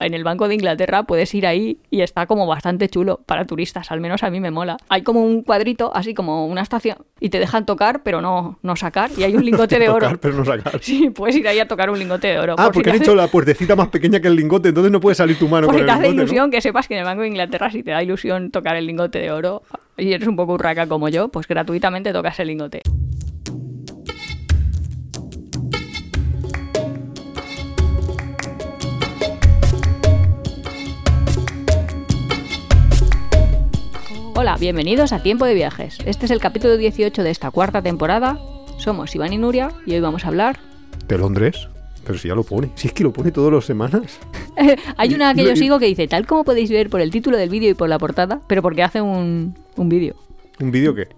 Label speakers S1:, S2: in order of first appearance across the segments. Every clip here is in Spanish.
S1: en el Banco de Inglaterra puedes ir ahí y está como bastante chulo para turistas, al menos a mí me mola. Hay como un cuadrito, así como una estación, y te dejan tocar, pero no, no sacar, y hay un lingote de oro.
S2: Tocar, pero no sacar.
S1: Sí, puedes ir ahí a tocar un lingote de oro. por
S2: Ah,
S1: si
S2: porque
S1: te
S2: han
S1: hace-
S2: hecho la puertecita más pequeña que el lingote, entonces no puede salir tu mano
S1: Porque
S2: con
S1: te
S2: el
S1: hace
S2: lingote. ¿no?
S1: ilusión que sepas que en el Banco de Inglaterra, si te da ilusión tocar el lingote de oro y eres un poco urraca como yo, pues gratuitamente tocas el lingote. Hola, bienvenidos a Tiempo de Viajes. Este es el capítulo 18 de esta cuarta temporada. Somos Iván y Nuria y hoy vamos a hablar.
S2: De Londres. Pero si ya lo pone. Si es que lo pone todos los semanas.
S1: Hay una que
S2: Lo-
S1: yo sigo que dice, tal como podéis ver por el título del vídeo y por la portada, pero porque hace un, un vídeo.
S2: ¿Un vídeo que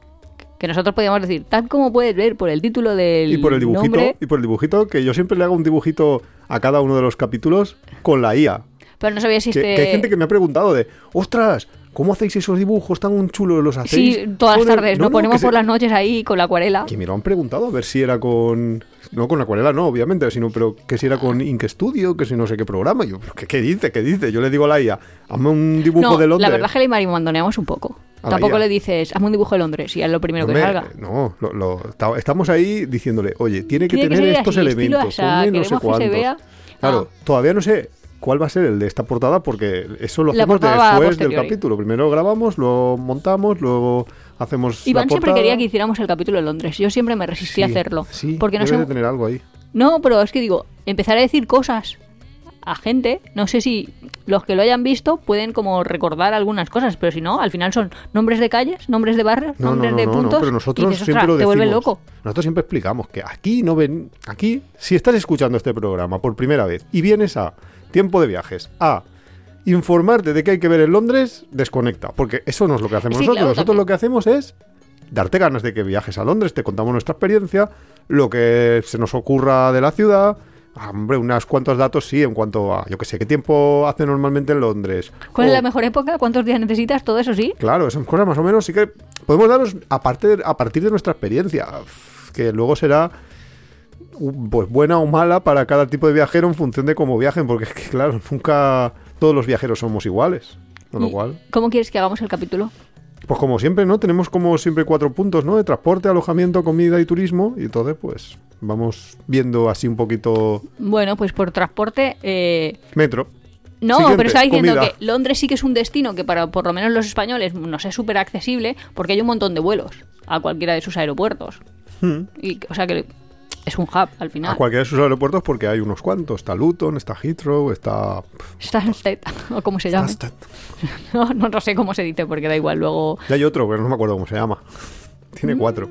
S1: Que nosotros podíamos decir, tal como puedes ver por el título del
S2: Y por el dibujito,
S1: nombre,
S2: y por el dibujito, que yo siempre le hago un dibujito a cada uno de los capítulos con la IA.
S1: pero no sabía si
S2: Que,
S1: este...
S2: que hay gente que me ha preguntado de, ostras, ¿cómo hacéis esos dibujos tan chulos? ¿Los hacéis?
S1: Sí, todas las
S2: con el-"
S1: tardes,
S2: No,
S1: nos
S2: no,
S1: ponemos
S2: que se-
S1: por las noches ahí con la acuarela.
S2: Que me lo han preguntado a ver si era con. No con acuarela, no, obviamente, sino pero que si era con Ink Studio, que si no sé qué programa. Yo, "¿Pero ¿qué, qué dice? ¿Qué dice? Yo le digo a la IA, hazme un dibujo
S1: No,
S2: de Londres.
S1: la verdad es que le marimondoneamos un poco.
S2: A la
S1: Tampoco
S2: IA.
S1: le dices, hazme un dibujo de Londres y haz lo primero
S2: Hombre,
S1: que salga.
S2: No, lo- lo- ta- estamos ahí diciéndole, oye, tiene que
S1: Tiene que
S2: tener
S1: ser
S2: estos
S1: así, estilo
S2: elementos,
S1: Asa,
S2: ponle no sé
S1: queremos que se
S2: cuántos.
S1: vea. Ah.
S2: Claro, todavía no sé cuál va a ser el de esta portada porque eso lo
S1: La
S2: hacemos
S1: portada va a
S2: después del
S1: posteriori.
S2: capítulo. Primero grabamos, lo montamos, luego hacemos
S1: Iván
S2: la
S1: siempre
S2: portada.
S1: quería que hiciéramos el capítulo de Londres. Yo siempre me resistí a
S2: Sí,
S1: hacerlo.
S2: Sí,
S1: porque no
S2: debe
S1: sé...
S2: de tener algo ahí.
S1: No, pero es que digo, empezar a decir cosas a gente, no sé si los que lo hayan visto pueden como recordar algunas cosas, pero si no, al final son nombres de calles, nombres de barrios,
S2: No, no,
S1: nombres
S2: no,
S1: de
S2: no, no,
S1: puntos.
S2: pero nosotros
S1: y dices,
S2: siempre lo
S1: "Ostras, te
S2: decimos.
S1: vuelve loco.
S2: Nosotros siempre explicamos que aquí no ven, aquí si estás escuchando este programa por primera vez y vienes a tiempo de viajes, a informarte de qué hay que ver en Londres, desconecta, porque eso no es lo que hacemos
S1: Sí,
S2: nosotros.
S1: claro,
S2: nosotros
S1: también.
S2: lo que hacemos es darte ganas de que viajes a Londres, te contamos nuestra experiencia, lo que se nos ocurra de la ciudad. Ah, Hombre, unas cuantos datos sí en cuanto a, yo que sé, qué tiempo hace normalmente en Londres.
S1: ¿Cuál es
S2: O-
S1: la mejor época? ¿Cuántos días necesitas? Todo eso sí.
S2: Claro, esas cosas más o menos sí que podemos daros aparte a partir de nuestra experiencia, f- que luego será u- pues buena o mala para cada tipo de viajero en función de cómo viajen, porque es que claro, nunca todos los viajeros somos iguales, con lo
S1: Y-
S2: cual,
S1: ¿Cómo quieres que hagamos el capítulo?
S2: pues como siempre, ¿no? Tenemos como siempre cuatro puntos, ¿no? De transporte, alojamiento, comida y turismo, y entonces pues vamos viendo así un poquito
S1: Bueno, pues por transporte. eh,
S2: metro.
S1: No,
S2: Siguiente,
S1: pero estaba diciendo
S2: comida.
S1: que Londres sí que es un destino que para por lo menos los españoles nos es súper accesible porque hay un montón de vuelos a cualquiera de sus aeropuertos.
S2: Hmm.
S1: Y, o sea que es un hub al final.
S2: A cualquiera de sus aeropuertos porque hay unos cuantos, está Luton, está Heathrow, está
S1: Stansted, o como se llama. No, no, no sé cómo se dice porque da igual, luego.
S2: Y hay otro, pero no me acuerdo cómo se llama. Tiene cuatro.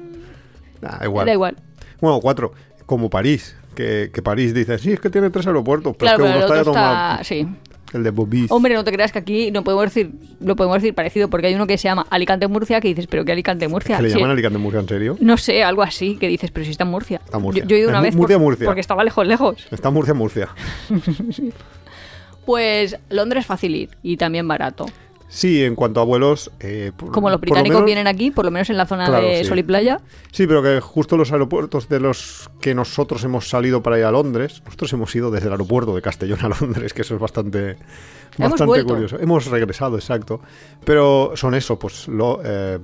S2: Da igual.
S1: Mm. Da igual.
S2: Bueno, cuatro. Como París. Que, que París dice, sí, es que tiene tres aeropuertos.
S1: claro,
S2: Pero es
S1: pero
S2: que
S1: el
S2: uno
S1: otro
S2: está ya
S1: está.
S2: tomado.
S1: Sí.
S2: El de Bobis.
S1: Hombre, no te creas que aquí no podemos decir, lo podemos decir parecido porque hay uno que se llama Alicante-Murcia que dices, pero que Alicante-Murcia.
S2: que le
S1: Sí,
S2: llaman Alicante Murcia, ¿en serio?
S1: No sé, algo así que dices, pero si está en Murcia.
S2: Está en Murcia.
S1: Yo, yo he ido
S2: Es
S1: una
S2: Mu-
S1: vez por-
S2: Murcia-Murcia.
S1: porque estaba lejos, lejos.
S2: Está Murcia, Murcia.
S1: Pues Londres fácil ir y también barato.
S2: Sí, en cuanto a vuelos... eh, por-
S1: Como los
S2: por lo
S1: británicos
S2: menos-
S1: vienen aquí, por lo menos en la zona
S2: Claro,
S1: de
S2: sí.
S1: Sol y Playa,
S2: Sí, pero que justo los aeropuertos de los que nosotros hemos salido para ir a Londres, nosotros hemos ido desde el aeropuerto de Castellón a Londres, que eso es bastante, bastante
S1: vuelto.
S2: curioso. Hemos regresado, exacto. Pero son eso, pues lo, eh,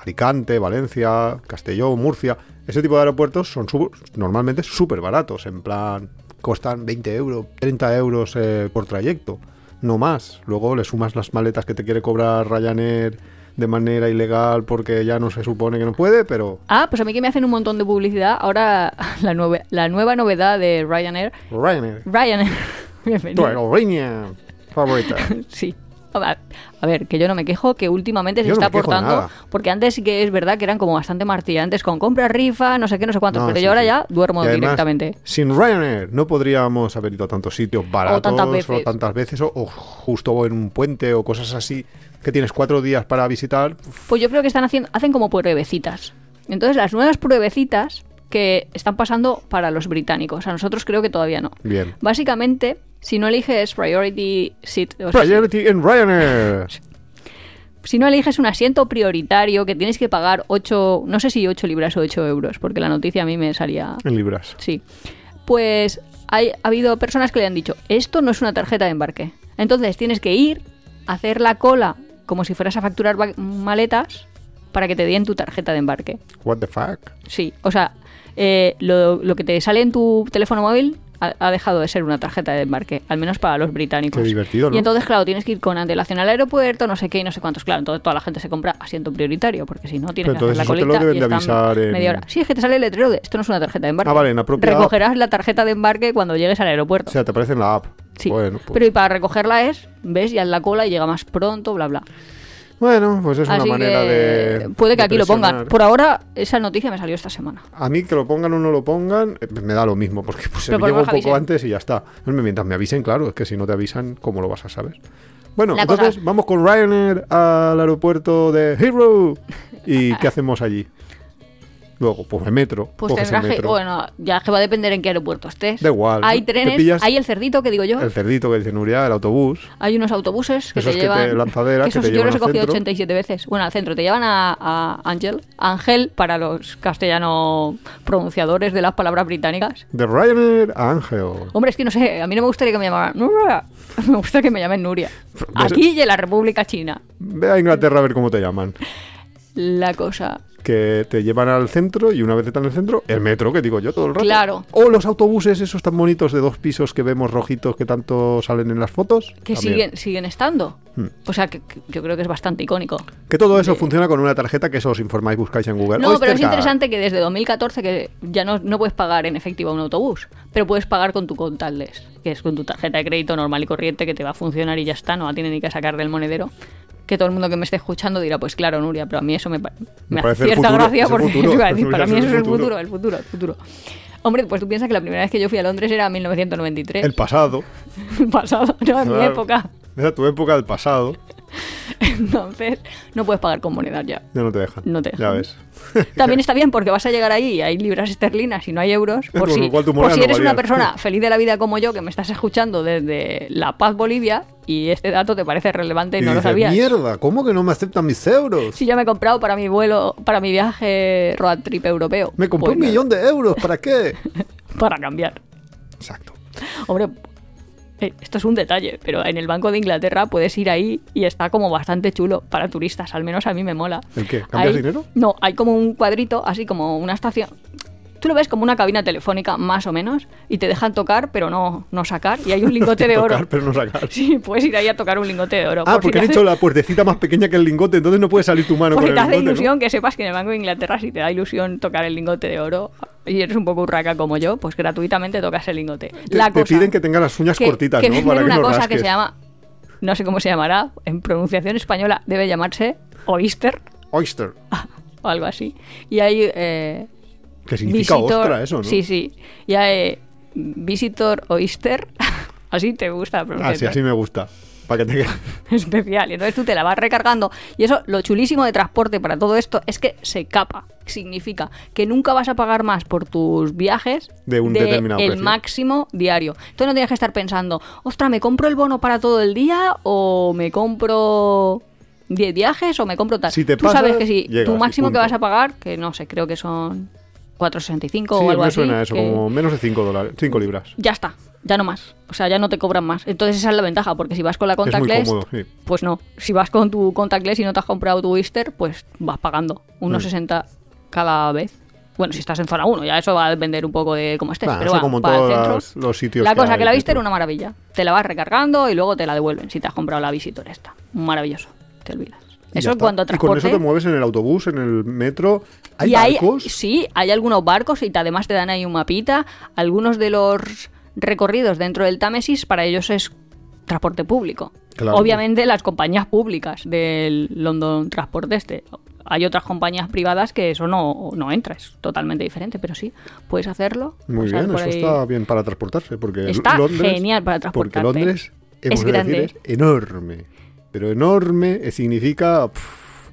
S2: Alicante, Valencia, Castellón, Murcia, ese tipo de aeropuertos son su- normalmente súper baratos, en plan, costan 20 euros, 30 euros eh, por trayecto, no más. Luego le sumas las maletas que te quiere cobrar Ryanair de manera ilegal porque ya no se supone que no puede, pero
S1: Ah, pues a mí que me hacen un montón de publicidad. Ahora la, nueve- la nueva novedad de Ryanair.
S2: Ryanair.
S1: Ryanair,
S2: Tu
S1: bienvenido.
S2: aerolínea favorita.
S1: Sí. A ver, a ver, que yo no me quejo, que últimamente se
S2: Yo no
S1: está
S2: me quejo de
S1: aportando.
S2: nada.
S1: Porque antes sí que es verdad que eran como bastante martillantes con compra, rifa, no sé qué, no sé cuántos.
S2: No,
S1: pero
S2: sí,
S1: yo ahora
S2: sí.
S1: ya duermo
S2: Y además,
S1: directamente.
S2: Sin Ryanair no podríamos haber ido a tantos sitios baratos o
S1: tantas
S2: tantas
S1: veces.
S2: veces, o, o justo en un puente o cosas así que tienes cuatro días para visitar. Uf,
S1: Pues yo creo que están haciendo, hacen como pruebecitas. Entonces, las nuevas pruebecitas que están pasando para los británicos. A nosotros creo que todavía no.
S2: Bien.
S1: Básicamente, si no eliges priority seat, o sea,
S2: Priority en Ryanair.
S1: si no eliges un asiento prioritario que tienes que pagar 8, no sé si 8 libras o 8 euros, porque la noticia a mí me salía.
S2: En libras.
S1: Sí. Pues hay, ha habido personas que le han dicho: esto no es una tarjeta de embarque. Entonces tienes que ir, hacer la cola como si fueras a facturar ba- maletas para que te den tu tarjeta de embarque.
S2: What the fuck?
S1: Sí, o sea, eh, lo, lo que te sale en tu teléfono móvil ha, ha dejado de ser una tarjeta de embarque, al menos para los británicos.
S2: Qué divertido, ¿no?
S1: Y entonces, claro, tienes que ir con antelación al aeropuerto, no sé qué y no sé cuántos. Claro, entonces toda la gente se compra asiento prioritario, porque si no, tienes
S2: Pero entonces
S1: que
S2: eso te
S1: hacer
S2: lo
S1: la colita
S2: deben
S1: y
S2: de
S1: están
S2: avisar en-
S1: media hora. Sí, es que te sale el letrero de esto no es una tarjeta de embarque.
S2: Ah, vale, en la propia-
S1: Recogerás la tarjeta de embarque cuando llegues al aeropuerto.
S2: O sea, te aparece en la app.
S1: Sí,
S2: Bueno, pues,
S1: pero y para recogerla es, ves, ya en la cola y llega más pronto, bla, bla.
S2: bueno, pues es
S1: Así
S2: una manera
S1: que
S2: de.
S1: puede que
S2: de
S1: aquí lo pongan.
S2: presionar.
S1: Por ahora, esa noticia me salió esta semana.
S2: A mí que lo pongan o no lo pongan, eh, me da lo mismo, porque pues,
S1: Pero por lo
S2: llego un
S1: menos avisen.
S2: poco antes y ya está. Mientras me avisen, claro, es que si no te avisan, ¿cómo lo vas a saber? Bueno,
S1: La
S2: entonces
S1: cosa-
S2: vamos con Ryanair al aeropuerto de Heathrow. ¿Y qué hacemos allí? Luego, pues el metro.
S1: Pues
S2: coges el
S1: tendrás que,
S2: metro.
S1: bueno, ya que va a depender en qué aeropuerto estés.
S2: Da igual,
S1: Hay
S2: ¿no? Te
S1: trenes,
S2: pillas-
S1: hay el cerdito que digo yo,
S2: El cerdito que dice Nuria, el autobús.
S1: hay unos autobuses que
S2: Esos
S1: te
S2: que te-
S1: llevan.
S2: lanzaderas que
S1: esos
S2: te
S1: yo
S2: llevan
S1: los he
S2: al
S1: cogido
S2: centro.
S1: 87 veces. Bueno, al centro te llevan a, a Ángel, Ángel para los castellano pronunciadores de las palabras británicas.
S2: De Ryanair a Ángel.
S1: Hombre, es que no sé, a mí no me gustaría que me llamaran Nuria. Me gusta que me llamen Nuria. Aquí y en la República China.
S2: Ve a Inglaterra a ver cómo te llaman.
S1: La cosa.
S2: que te llevan al centro y una vez están en el centro, el metro, que digo yo todo el rato.
S1: Claro.
S2: O los autobuses esos tan bonitos de dos pisos que vemos rojitos que tanto salen en las fotos.
S1: Que
S2: también.
S1: siguen, siguen estando.
S2: Hmm.
S1: O sea, que, que yo creo que es bastante icónico.
S2: Que todo eso funciona con una tarjeta que eso os informáis, buscáis en Google. este
S1: No, pero es
S2: Oyster Card.
S1: interesante que desde 2014 que ya no, no puedes pagar en efectivo un autobús, pero puedes pagar con tu contactless, que es con tu tarjeta de crédito normal y corriente que te va a funcionar y ya está, no la tiene ni que sacar del monedero. Que todo el mundo que me esté escuchando dirá, pues claro, Nuria, pero a mí eso me, pa-
S2: Me
S1: me
S2: parece
S1: hace
S2: el
S1: cierta
S2: futuro,
S1: gracia
S2: es el
S1: porque
S2: futuro,
S1: iba a decir,
S2: Nuria,
S1: para mí
S2: es
S1: eso
S2: el
S1: es el
S2: futuro.
S1: futuro, el futuro, el futuro. Hombre, pues tú piensas que la primera vez que yo fui a Londres era en 1993,
S2: El pasado.
S1: pasado, no en mi
S2: Claro.
S1: época.
S2: Era tu época del pasado.
S1: Entonces, no puedes pagar con monedas ya.
S2: Ya no te dejan.
S1: No te
S2: Ya
S1: dejan.
S2: ves.
S1: También está bien porque vas a llegar ahí y hay libras esterlinas y no hay euros. Por,
S2: Con
S1: si,
S2: lo cual tu
S1: por
S2: moneda
S1: si
S2: no
S1: eres una
S2: valía.
S1: persona feliz de la vida como yo, que me estás escuchando desde La Paz, Bolivia, y este dato te parece relevante y, no lo
S2: dices,
S1: sabías.
S2: Mierda, ¿cómo que no me aceptan mis euros?
S1: Si ya me he comprado para mi vuelo, para mi viaje road trip europeo.
S2: Me compré
S1: Pues
S2: un
S1: nada,
S2: millón de euros, ¿para qué?
S1: Para cambiar.
S2: Exacto.
S1: Hombre, eh, esto es un detalle, pero en el Banco de Inglaterra puedes ir ahí y está como bastante chulo para turistas, al menos a mí me mola.
S2: ¿El qué? ¿Cambias
S1: Hay-
S2: dinero?
S1: No, hay como un cuadrito, así como una estación. Tú lo ves como una cabina telefónica, más o menos, y te dejan tocar, pero no, no sacar, y hay un lingote de oro.
S2: Tocar, pero no sacar.
S1: Sí, puedes ir ahí a tocar un lingote de oro. por si
S2: Ah, porque
S1: te
S2: han
S1: hace-
S2: hecho la puertecita más pequeña que el lingote, entonces no puede salir tu mano
S1: porque
S2: con
S1: te
S2: el
S1: hace
S2: lingote, ¿no?
S1: ilusión que sepas que en el Banco de Inglaterra, si te da ilusión tocar el lingote de oro y eres un poco urraca como yo, pues gratuitamente tocas el lingote.
S2: Te,
S1: la
S2: te
S1: cosa-
S2: piden que tengas las uñas
S1: que-
S2: cortitas,
S1: que
S2: ¿no?
S1: tienen
S2: Para que
S1: una
S2: no
S1: cosa
S2: rasques.
S1: que se llama, no sé cómo se llamará, en pronunciación española debe llamarse oyster
S2: Oyster.
S1: o algo así. Y hay eh,
S2: Que significa
S1: visitor-
S2: ostra eso, ¿no?
S1: Sí, sí. Y hay mm, visitor oyster, así te gusta la
S2: Ah, Así,
S1: pronunciación.
S2: así me gusta. Para que te
S1: Especial. Y entonces tú te la vas recargando. Y eso, lo chulísimo de transporte para todo esto es que se capa. Significa que nunca vas a pagar más por tus viajes
S2: De un determinado
S1: el
S2: precio.
S1: máximo diario. Entonces no tienes que estar pensando, ostra, ¿me compro el bono para todo el día o me compro 10 viajes o me compro tal?
S2: Si te
S1: tú
S2: pasas,
S1: sabes que si
S2: llegas
S1: tu
S2: y
S1: máximo que
S2: punto.
S1: vas a pagar, que no sé, creo que son 4.65
S2: sí,
S1: o algo
S2: me
S1: así.
S2: suena eso,
S1: que-
S2: como menos de 5 dólares, 5 libras.
S1: ya está, ya no más. O sea, ya no te cobran más. Entonces esa es la ventaja, porque si vas con la contactless,
S2: cómodo, sí.
S1: pues no. Si vas con tu contactless y no te has comprado tu Easter, pues vas pagando
S2: Mm.
S1: unos 60 cada vez. Bueno, si estás en zona 1, ya eso va a depender un poco de cómo estés.
S2: Bah,
S1: pero
S2: eso
S1: va,
S2: como en
S1: para el
S2: todos
S1: centro.
S2: los- los sitios
S1: La
S2: que
S1: cosa
S2: hay,
S1: que la
S2: que
S1: Easter
S2: tú-
S1: era una maravilla. Te la vas recargando y luego te la devuelven si te has comprado la visitor esta. Maravilloso. Te olvidas.
S2: Y
S1: Eso
S2: ya
S1: en cuanto a
S2: está. Y con
S1: transporte.
S2: eso te mueves en el autobús, en el metro. ¿Hay
S1: Y
S2: barcos?
S1: sí, hay algunos barcos y te- además te dan ahí un mapita. Algunos de los recorridos dentro del Támesis para ellos es transporte público.
S2: Claro.
S1: Obviamente las compañías públicas del London Transport este. Hay otras compañías privadas que eso no, no entra, es totalmente diferente, pero sí, puedes hacerlo.
S2: Muy
S1: pasar
S2: bien,
S1: por
S2: eso
S1: ahí.
S2: está bien para transportarse. Porque
S1: Está
S2: Londres,
S1: genial para
S2: Porque
S1: transportarte.
S2: Londres,
S1: Es
S2: hemos de decir,
S1: grande.
S2: es enorme. Pero enorme eh, significa... pff,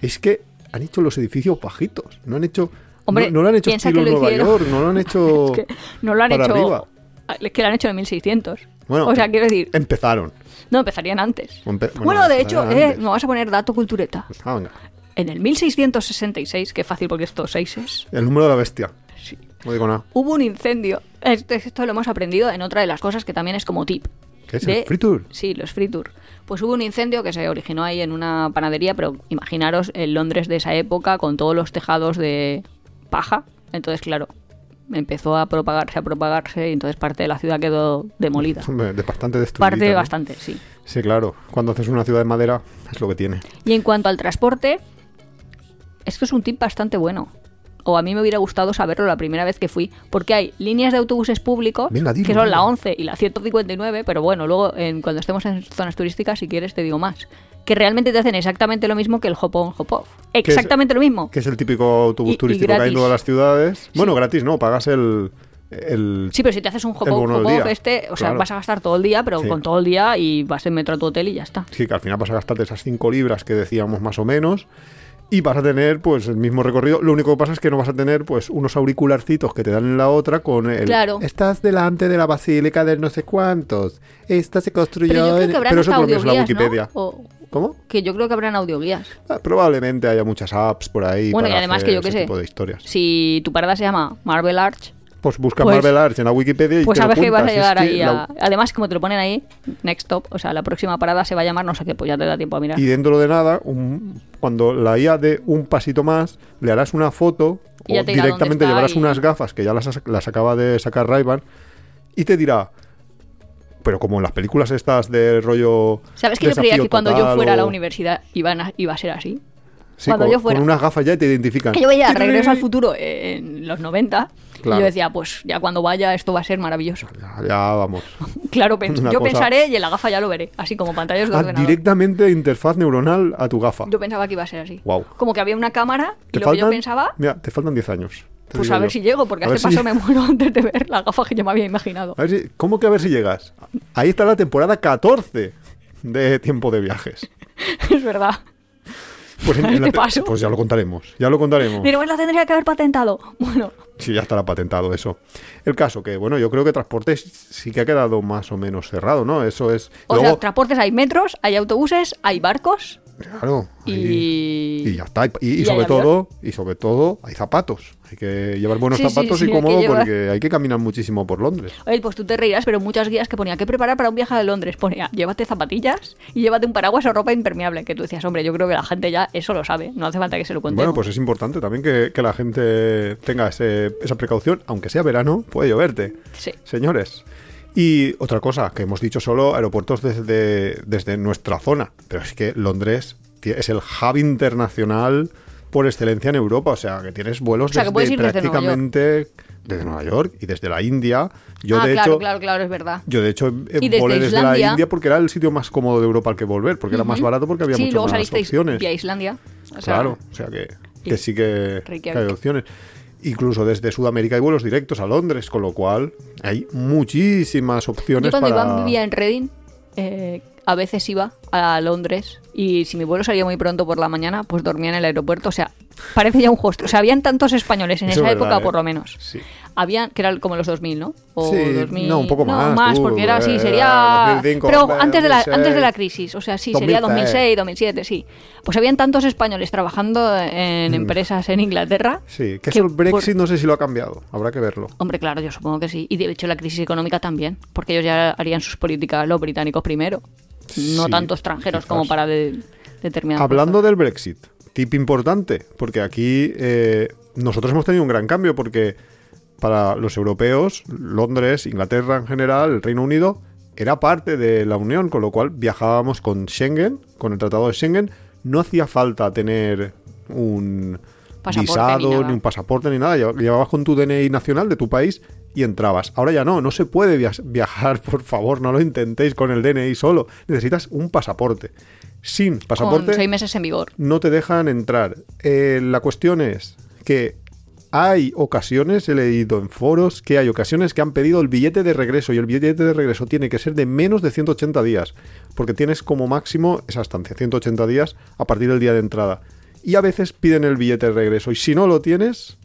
S2: es que han hecho los edificios bajitos. No han hecho...
S1: Hombre,
S2: no, no lo han hecho
S1: piensa
S2: estilo
S1: que lo
S2: Nueva
S1: hicieron.
S2: York, no lo han hecho...
S1: Es que no lo han
S2: para
S1: hecho.
S2: arriba.
S1: Es que lo han hecho en 1600. o sea, quiero decir,
S2: Empezaron.
S1: no empezarían antes.
S2: Empe-
S1: bueno,
S2: bueno,
S1: de
S2: empezarían
S1: hecho, eh,
S2: antes.
S1: me vas a poner dato cultureta.
S2: Ah, venga.
S1: En el 1666, que fácil porque esto seis es,
S2: El número de la bestia.
S1: sí,
S2: No digo nada.
S1: hubo un incendio. Esto, esto lo hemos aprendido en otra de las cosas que también es como tip.
S2: ¿Qué es
S1: de-
S2: el free tour?
S1: Sí, los free tour. Pues hubo un incendio que se originó ahí en una panadería, pero imaginaros el Londres de esa época con todos los tejados de paja. Entonces, claro, empezó a propagarse, a propagarse, y entonces parte de la ciudad quedó demolida.
S2: De bastante destruida.
S1: Parte
S2: ¿no?
S1: bastante, sí.
S2: Sí, claro. Cuando haces una ciudad de madera, es lo que tiene.
S1: Y en cuanto al transporte, esto es un tip bastante bueno. O a mí me hubiera gustado saberlo la primera vez que fui, porque hay líneas de autobuses públicos
S2: Venga, dilo,
S1: que son la
S2: dilo.
S1: 11 y la 159, pero bueno, luego en- cuando estemos en zonas turísticas, si quieres, te digo más. Que realmente te hacen exactamente lo mismo que el hop on, hop off.
S2: es-
S1: Exactamente lo mismo.
S2: Que es el típico autobús
S1: Y- y
S2: turístico que hay en
S1: gratis.
S2: todas las ciudades. Bueno, gratis no, pagas el. el
S1: Sí, pero si te haces un hop
S2: El
S1: on,
S2: bono
S1: hop
S2: del
S1: off,
S2: día.
S1: este, o sea,
S2: Claro.
S1: vas a gastar todo el día, pero
S2: Sí.
S1: con todo el día y vas en metro a tu hotel y ya está.
S2: Sí, que al final vas a gastarte esas 5 libras que decíamos más o menos. Y vas a tener pues el mismo recorrido. Lo único que pasa es que no vas a tener pues unos auricularcitos que te dan en la otra con el...
S1: Claro.
S2: Estás delante de la basílica de no sé cuántos. Esta se construyó...
S1: Pero yo creo
S2: en-
S1: que habrán
S2: Pero eso
S1: hasta
S2: te lo miras en la
S1: audioguías, ¿no?
S2: Wikipedia.
S1: O-
S2: ¿Cómo?
S1: que yo creo que habrán audioguías.
S2: Ah, probablemente haya muchas apps por ahí.
S1: Bueno, y
S2: para
S1: además
S2: hacer
S1: que yo qué
S2: ese
S1: sé.
S2: tipo de historias.
S1: Si tu parada se llama Marvel Arch,
S2: Pues busca
S1: Pues-
S2: Marvel Arts en la Wikipedia y
S1: Pues
S2: te lo
S1: sabes que vas a
S2: cuentas.
S1: llegar
S2: Es que
S1: ahí a...
S2: la-
S1: Además, como te lo ponen ahí, next stop, o sea, la próxima parada se va a llamar no sé qué, pues ya te da tiempo a mirar.
S2: Y dentro de nada, un- cuando la IA dé un pasito más, le harás una foto
S1: Y ya
S2: o
S1: te dirá dónde
S2: directamente
S1: está
S2: llevarás
S1: y-
S2: unas gafas que ya las, las acaba de sacar Rayban y te dirá, pero como en las películas estas de rollo...
S1: ¿Sabes que yo creía
S2: desafío
S1: que cuando yo
S2: total
S1: fuera a la
S2: o-
S1: universidad iban a- iba a ser así?
S2: Sí,
S1: cuando
S2: con,
S1: yo fuera-
S2: con unas gafas ya te identifican.
S1: Que yo veía Regreso al Futuro en los 90
S2: Claro.
S1: y yo decía, pues ya cuando vaya esto va a ser maravilloso.
S2: Ya, ya vamos.
S1: Claro, pens-
S2: Una
S1: yo
S2: cosa-
S1: pensaré y en la gafa ya lo veré, así como pantallas de
S2: Ah,
S1: ordenador.
S2: directamente interfaz neuronal a tu gafa.
S1: Yo pensaba que iba a ser así.
S2: Guau.
S1: Como que había una cámara y
S2: ¿Te
S1: lo que
S2: faltan?
S1: yo pensaba,
S2: Mira, te faltan 10 años. te
S1: pues
S2: digo
S1: a ver
S2: yo.
S1: si llego, porque
S2: A
S1: a,
S2: ver
S1: este
S2: si-
S1: paso me muero antes de ver la gafa que yo me había imaginado.
S2: A ver si- ¿Cómo que a ver si llegas? Ahí está la temporada 14 de tiempo de viajes.
S1: es verdad.
S2: Pues, en- en la
S1: Este
S2: te-
S1: paso.
S2: pues ya lo contaremos, ya lo contaremos.
S1: Pero bueno, la tendría que haber patentado. Bueno,
S2: Sí, ya estará patentado eso. El caso que, bueno, yo creo que transportes sí que ha quedado más o menos cerrado, ¿no? Eso es...
S1: o
S2: luego,
S1: sea, transportes hay metros, hay autobuses, hay barcos
S2: claro. ahí-
S1: y...
S2: y ya está. Y, y
S1: y hay
S2: sobre
S1: avión.
S2: todo, y sobre todo, hay zapatos. Hay que llevar buenos
S1: Sí, sí,
S2: zapatos
S1: sí,
S2: y
S1: hay que
S2: cómodo
S1: llevar-
S2: porque hay que caminar muchísimo por Londres.
S1: Oye, pues tú te reirás, pero muchas guías que ponía que preparar para un viaje a Londres ponía llévate zapatillas y llévate un paraguas o ropa impermeable. Que tú decías, hombre, yo creo que la gente ya eso lo sabe, no hace falta que se lo cuente.
S2: Bueno, pues es importante también que, que la gente tenga ese- esa precaución. Aunque sea verano, puede lloverte.
S1: Sí.
S2: señores. Y otra cosa, que hemos dicho solo aeropuertos desde, desde nuestra zona, pero es que Londres ti- es el hub internacional por excelencia en Europa, o sea, que tienes vuelos
S1: O sea, que puedes
S2: desde
S1: ir desde Nueva York.
S2: prácticamente desde Nueva York y desde la India. Yo
S1: ah,
S2: de
S1: claro,
S2: hecho
S1: claro, claro, es verdad.
S2: yo de hecho eh,
S1: Y desde
S2: volé desde la
S1: Islandia.
S2: India porque era el sitio más cómodo de Europa al que volver, porque era más barato porque había
S1: sí,
S2: muchas
S1: luego
S2: más
S1: salisteis
S2: opciones.
S1: vía Islandia. O sea,
S2: Claro, o sea que,
S1: Y-
S2: que sí que,
S1: Reykjavik.
S2: que hay opciones. Incluso desde Sudamérica hay vuelos directos a Londres, con lo cual hay muchísimas
S1: Yo
S2: opciones
S1: cuando
S2: para...
S1: iba, vivía en Reading, eh, a veces iba a Londres y si mi vuelo salía muy pronto por la mañana, pues dormía en el aeropuerto. O sea, parece ya un hostel. O sea, habían tantos españoles en
S2: Eso
S1: esa
S2: es verdad,
S1: época,
S2: ¿eh?
S1: por lo menos.
S2: Sí.
S1: Habían, que era como los 2000, ¿no? O
S2: Sí,
S1: 2000,
S2: no, un poco más,
S1: más,
S2: tú,
S1: porque era
S2: eh,
S1: así,
S2: era
S1: sería...
S2: 2005,
S1: pero
S2: hombre,
S1: antes, de la,
S2: 2006,
S1: antes de la crisis, o sea, sí, sería 2006,
S2: 2006,
S1: 2007, sí. Pues habían tantos españoles trabajando en empresas en Inglaterra.
S2: Mm. Sí, que, eso el
S1: por-
S2: Brexit no sé si lo ha cambiado, habrá que verlo.
S1: Hombre, claro, yo supongo que sí. Y de hecho la crisis económica también, porque ellos ya harían sus políticas los británicos primero, no
S2: Sí,
S1: tanto extranjeros
S2: quizás.
S1: como para de- determinar.
S2: Hablando del Brexit, tip importante, porque aquí eh, nosotros hemos tenido un gran cambio, porque para los europeos, Londres, Inglaterra en general, el Reino Unido, era parte de la Unión, con lo cual viajábamos con Schengen, con el Tratado de Schengen, no hacía falta tener un
S1: Pasaporte ni
S2: visado,
S1: nada.
S2: ni un pasaporte, ni nada, Lleva- llevabas con tu DNI nacional de tu país y entrabas. Ahora ya no, no se puede via- viajar, por favor, no lo intentéis con el DNI solo, necesitas un pasaporte. Sin pasaporte
S1: Con seis meses en vigor.
S2: no te dejan entrar. Eh, la cuestión es que hay ocasiones, he leído en foros, que hay ocasiones que han pedido el billete de regreso y el billete de regreso tiene que ser de menos de 180 días, porque tienes como máximo esa estancia, 180 días a partir del día de entrada. Y a veces piden el billete de regreso y si no lo tienes,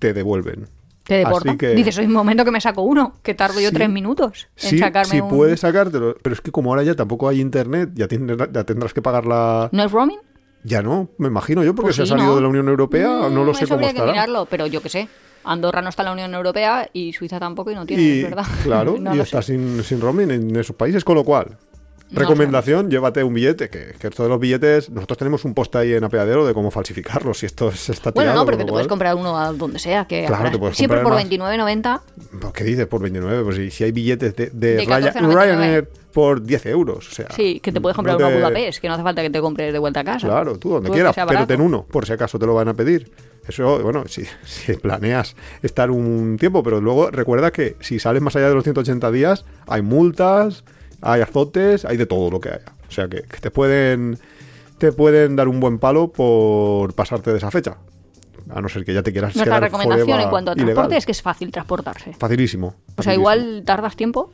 S2: te devuelven.
S1: Te deportan.
S2: Así que-
S1: Dices, hoy un momento que me saco uno, que tardo yo
S2: Sí.
S1: tres minutos en
S2: Sí,
S1: sacarme
S2: sí
S1: un...
S2: puedes sacártelo, pero es que como ahora ya tampoco hay internet, ya, tienes- ya tendrás que pagar la...
S1: ¿No es roaming?
S2: Ya no, me imagino yo, porque
S1: Pues
S2: se ha
S1: sí,
S2: salido
S1: ¿no?
S2: de la Unión Europea,
S1: Mm,
S2: no lo sé
S1: eso
S2: cómo
S1: habría que
S2: estará.
S1: mirarlo, pero yo qué sé. Andorra no está en la Unión Europea y Suiza tampoco y no tiene,
S2: y
S1: es verdad.
S2: claro,
S1: No
S2: y
S1: lo
S2: está
S1: sé.
S2: sin, sin roaming en esos países, con lo cual,
S1: No,
S2: recomendación, llévate un billete, que, que esto de los billetes, nosotros tenemos un post ahí en apeadero de cómo falsificarlos, si esto se está
S1: Bueno,
S2: tirado,
S1: no, pero que
S2: con
S1: te
S2: lo
S1: puedes
S2: cual-
S1: comprar uno a donde sea. que
S2: Claro,
S1: habrá.
S2: te puedes
S1: Siempre por
S2: comprar más.
S1: 29,90.
S2: ¿Pero ¿Qué dices por 29? Pues si, si hay billetes de, de
S1: De
S2: Ryan-
S1: 14,99.
S2: Ryanair por 10 euros, o sea...
S1: Sí, que te puedes comprar
S2: no
S1: uno a
S2: te-
S1: Budapest, que no hace falta que te compres de vuelta a casa.
S2: Claro, tú donde
S1: Todo que
S2: quieras,
S1: sea
S2: pero
S1: barato.
S2: ten uno, por si acaso te lo van a pedir. Eso, bueno, si, si planeas estar un tiempo, pero luego recuerda que si sales más allá de los 180 días, hay multas, hay azotes, hay de todo lo que haya. O sea que, que te pueden te pueden dar un buen palo por pasarte de esa fecha. A no ser que ya te quieras
S1: Nuestra
S2: quedar
S1: recomendación
S2: forever
S1: en cuanto a
S2: ilegal.
S1: transporte es que es fácil transportarse.
S2: facilísimo.
S1: O sea,
S2: facilísimo.
S1: igual tardas tiempo.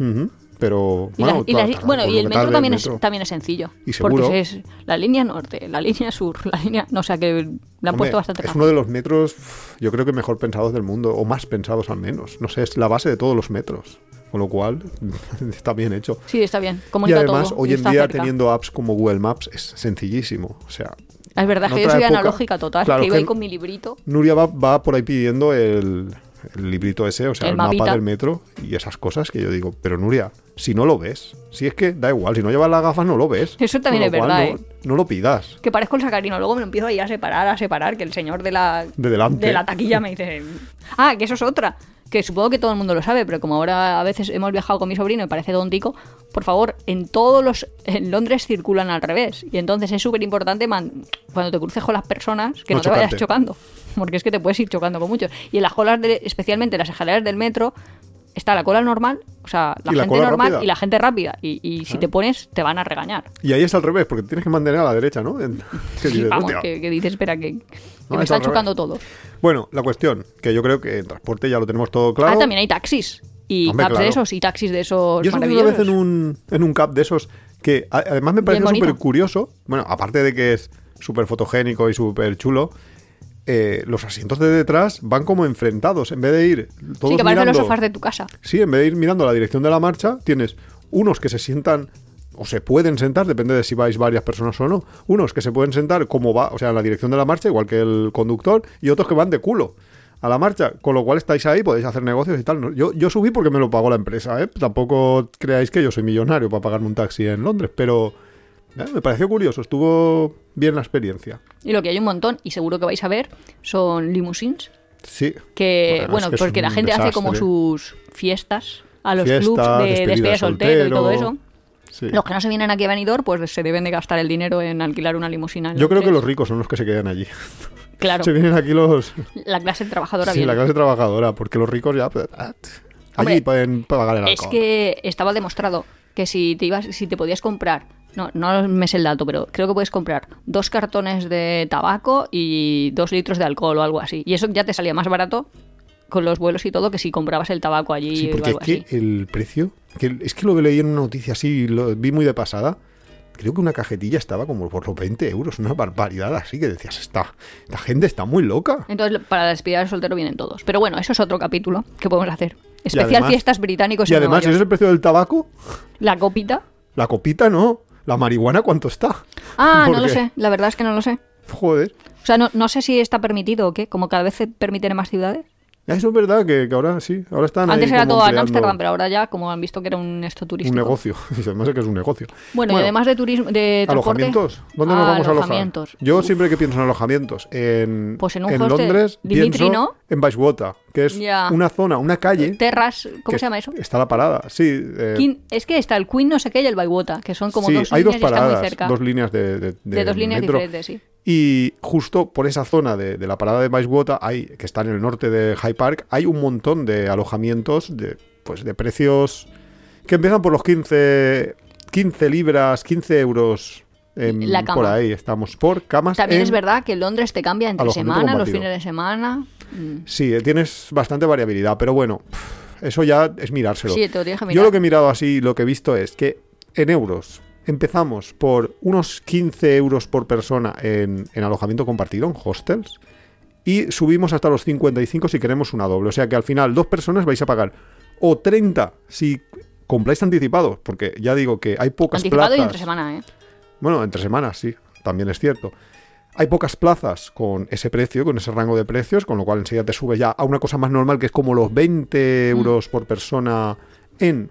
S2: Ujú, Pero
S1: Y,
S2: bueno,
S1: las- y las-
S2: tarda
S1: bueno,
S2: por
S1: y
S2: lo
S1: el
S2: que
S1: metro
S2: tarde
S1: también,
S2: metro.
S1: Es, también es sencillo.
S2: Y seguro.
S1: Porque es la línea norte, la línea sur, la línea. No, o sea, que la han
S2: Hombre,
S1: puesto bastante
S2: Es
S1: fácil.
S2: uno de los metros, uf, yo creo que mejor pensados del mundo, o más pensados al menos. No sé, es la base de todos los metros. Con lo cual, está bien hecho.
S1: Sí, está bien.
S2: Y
S1: Comunica
S2: además,
S1: todo,
S2: hoy en
S1: está
S2: día
S1: cerca.
S2: teniendo apps como Google Maps es sencillísimo. O sea,
S1: Es verdad
S2: en
S1: que yo
S2: otra
S1: soy
S2: época-
S1: analógica total,
S2: claro,
S1: que iba
S2: que-
S1: ahí con mi librito.
S2: Nuria va, va por ahí pidiendo el, el librito ese, o sea,
S1: El
S2: el, mapa
S1: mapita.
S2: del metro y esas cosas que yo digo, pero Nuria, si no lo ves, si es que da igual, si no llevas las gafas no lo ves.
S1: Eso también
S2: Con lo
S1: es
S2: cual,
S1: verdad, ¿eh?
S2: No, no lo pidas.
S1: Que parezco el sacarino, luego me lo empiezo ahí a separar, a separar, que el señor de la,
S2: De delante.
S1: de la taquilla me dice... Ah, que eso es otra, que supongo que todo el mundo lo sabe, pero como ahora a veces hemos viajado con mi sobrino y parece tontico, por favor, en todos los... En Londres circulan al revés, y entonces es súper importante man- cuando te cruces con las personas que no,
S2: No
S1: te vayas
S2: chocarte.
S1: chocando, porque es que te puedes ir chocando con muchos. Y en las colas, de, especialmente en las escaleras del metro... Está la cola normal, o sea, la
S2: Y la
S1: gente
S2: cola
S1: normal
S2: rápida. Ah.
S1: y la gente rápida. Y, y si te pones, te van a regañar.
S2: Y ahí es al revés, porque tienes que mantener a la derecha, ¿no? En- que
S1: Sí,
S2: dices,
S1: vamos,
S2: "Hostia".
S1: que, que dice, espera, que, que
S2: No,
S1: me
S2: es al
S1: están
S2: revés.
S1: chocando todos.
S2: Bueno, la cuestión, que yo creo que en transporte ya lo tenemos todo claro.
S1: Ah, también pues, hay taxis. Y
S2: Hombre,
S1: cabs de
S2: claro.
S1: esos, y taxis de esos
S2: Yo subí una
S1: maravillosos.
S2: vez en un, en un cap de esos que a- además me pareció
S1: bonito.
S2: súper curioso. Bueno, aparte de que es súper fotogénico y súper chulo, eh, los asientos de detrás van como enfrentados. En vez de ir todos
S1: sí, que parecen los
S2: mirando-
S1: sofás de tu casa.
S2: Sí, en vez de ir mirando la dirección de la marcha, tienes unos que se sientan o se pueden sentar, depende de si vais varias personas o no, unos que se pueden sentar como va, o sea, en la dirección de la marcha, igual que el conductor, y otros que van de culo a la marcha, con lo cual estáis ahí, podéis hacer negocios y tal. No, Yo, yo subí porque me lo pagó la empresa, ¿eh? Tampoco creáis que yo soy millonario para pagarme un taxi en Londres, pero eh, me pareció curioso, estuvo bien la experiencia.
S1: Y lo que hay un montón, y seguro que vais a ver, son limousines.
S2: Sí.
S1: Que, bueno,
S2: es que es
S1: porque la
S2: un
S1: gente hace como
S2: desastre.
S1: sus fiestas a los
S2: Fiestas,
S1: clubs de
S2: despedida de
S1: despedida de soltero y todo eso.
S2: Sí.
S1: Los que no se vienen aquí a Benidorm, pues se deben de gastar el dinero en alquilar una limusina. en
S2: Yo creo que los
S1: Londres.
S2: ricos son los que se quedan allí.
S1: Claro,
S2: Se vienen aquí los.
S1: la clase trabajadora
S2: Sí,
S1: viene.
S2: la clase trabajadora, porque los ricos ya. pues, ah, t-
S1: Hombre,
S2: Allí pueden pagar el
S1: Es
S2: alcohol.
S1: que estaba demostrado que si te ibas, si te podías comprar, no, no me sé el dato, pero creo que puedes comprar dos cartones de tabaco y dos litros de alcohol o algo así. Y eso ya te salía más barato con los vuelos y todo que si comprabas el tabaco allí
S2: Sí,
S1: o
S2: porque es
S1: algo así.
S2: que el precio. Que el- es que lo leí en una noticia así, lo vi muy de pasada. Creo que una cajetilla estaba como por los 20 euros, una barbaridad así que decías, está, esta gente está muy loca.
S1: Entonces, para la despedida del soltero vienen todos. Pero bueno, eso es otro capítulo que podemos hacer. Especial
S2: además-
S1: fiestas británicos
S2: Y
S1: en
S2: además, si
S1: Nueva
S2: es
S1: York.
S2: el precio del tabaco,
S1: La copita.
S2: la copita no, la marihuana cuánto está.
S1: Ah, no lo
S2: Porque-
S1: sé. La verdad es que no lo sé.
S2: Joder.
S1: O sea, no, no sé si está permitido o qué. Como cada vez se permiten en más ciudades.
S2: Eso es verdad que, que ahora sí, ahora están
S1: Antes
S2: ahí
S1: era
S2: como
S1: todo en
S2: creando
S1: Ámsterdam, pero ahora ya, como han visto que era un esto
S2: un
S1: turístico.
S2: negocio. Y además es que es un negocio.
S1: Bueno, y además de turismo, de transporte, Ah,
S2: ¿Alojamientos? ¿Dónde nos vamos a alojar?
S1: alojamientos.
S2: Yo siempre que pienso en alojamientos, en,
S1: Pues en un hostel.
S2: Londres,
S1: Dimitri,
S2: pienso
S1: ¿no?
S2: en Baixwater, que es
S1: Ya.
S2: una zona, una calle.
S1: Terras, ¿cómo
S2: que
S1: se llama eso?
S2: Está la parada, sí. eh,
S1: Queen- es que está el Queen no sé qué y el Baiwota, que son como
S2: sí,
S1: dos
S2: hay
S1: líneas
S2: dos
S1: y
S2: paradas,
S1: están muy cerca.
S2: dos líneas de, de,
S1: de dos líneas
S2: metro.
S1: diferentes, sí.
S2: Y justo por esa zona de, de la parada de Bayswater, hay, que está en el norte de High Park, hay un montón de alojamientos de, pues, de precios que empiezan por los 15, 15 libras, 15 euros. em,
S1: La cama.
S2: Por ahí estamos, por camas.
S1: También es
S2: en-
S1: verdad que Londres te cambia entre
S2: alojamiento
S1: semana, los
S2: compartido.
S1: fines de semana. Mm.
S2: Sí, eh, tienes bastante variabilidad, pero bueno, pf, eso ya es mirárselo.
S1: Sí, te lo tienes que
S2: Yo
S1: mirar.
S2: lo que he mirado así, lo que he visto es que en euros empezamos por unos 15 euros por persona en, en alojamiento compartido, en hostels, y subimos hasta los 55 si queremos una doble. O sea que al final dos personas vais a pagar o 30 si compráis anticipados, porque ya digo que hay pocas
S1: Anticipado y
S2: plazas.
S1: entre semana, ¿eh?
S2: Bueno, entre semanas, sí, también es cierto. Hay pocas plazas con ese precio, con ese rango de precios, con lo cual enseguida te sube ya a una cosa más normal que es como los 20 euros por persona en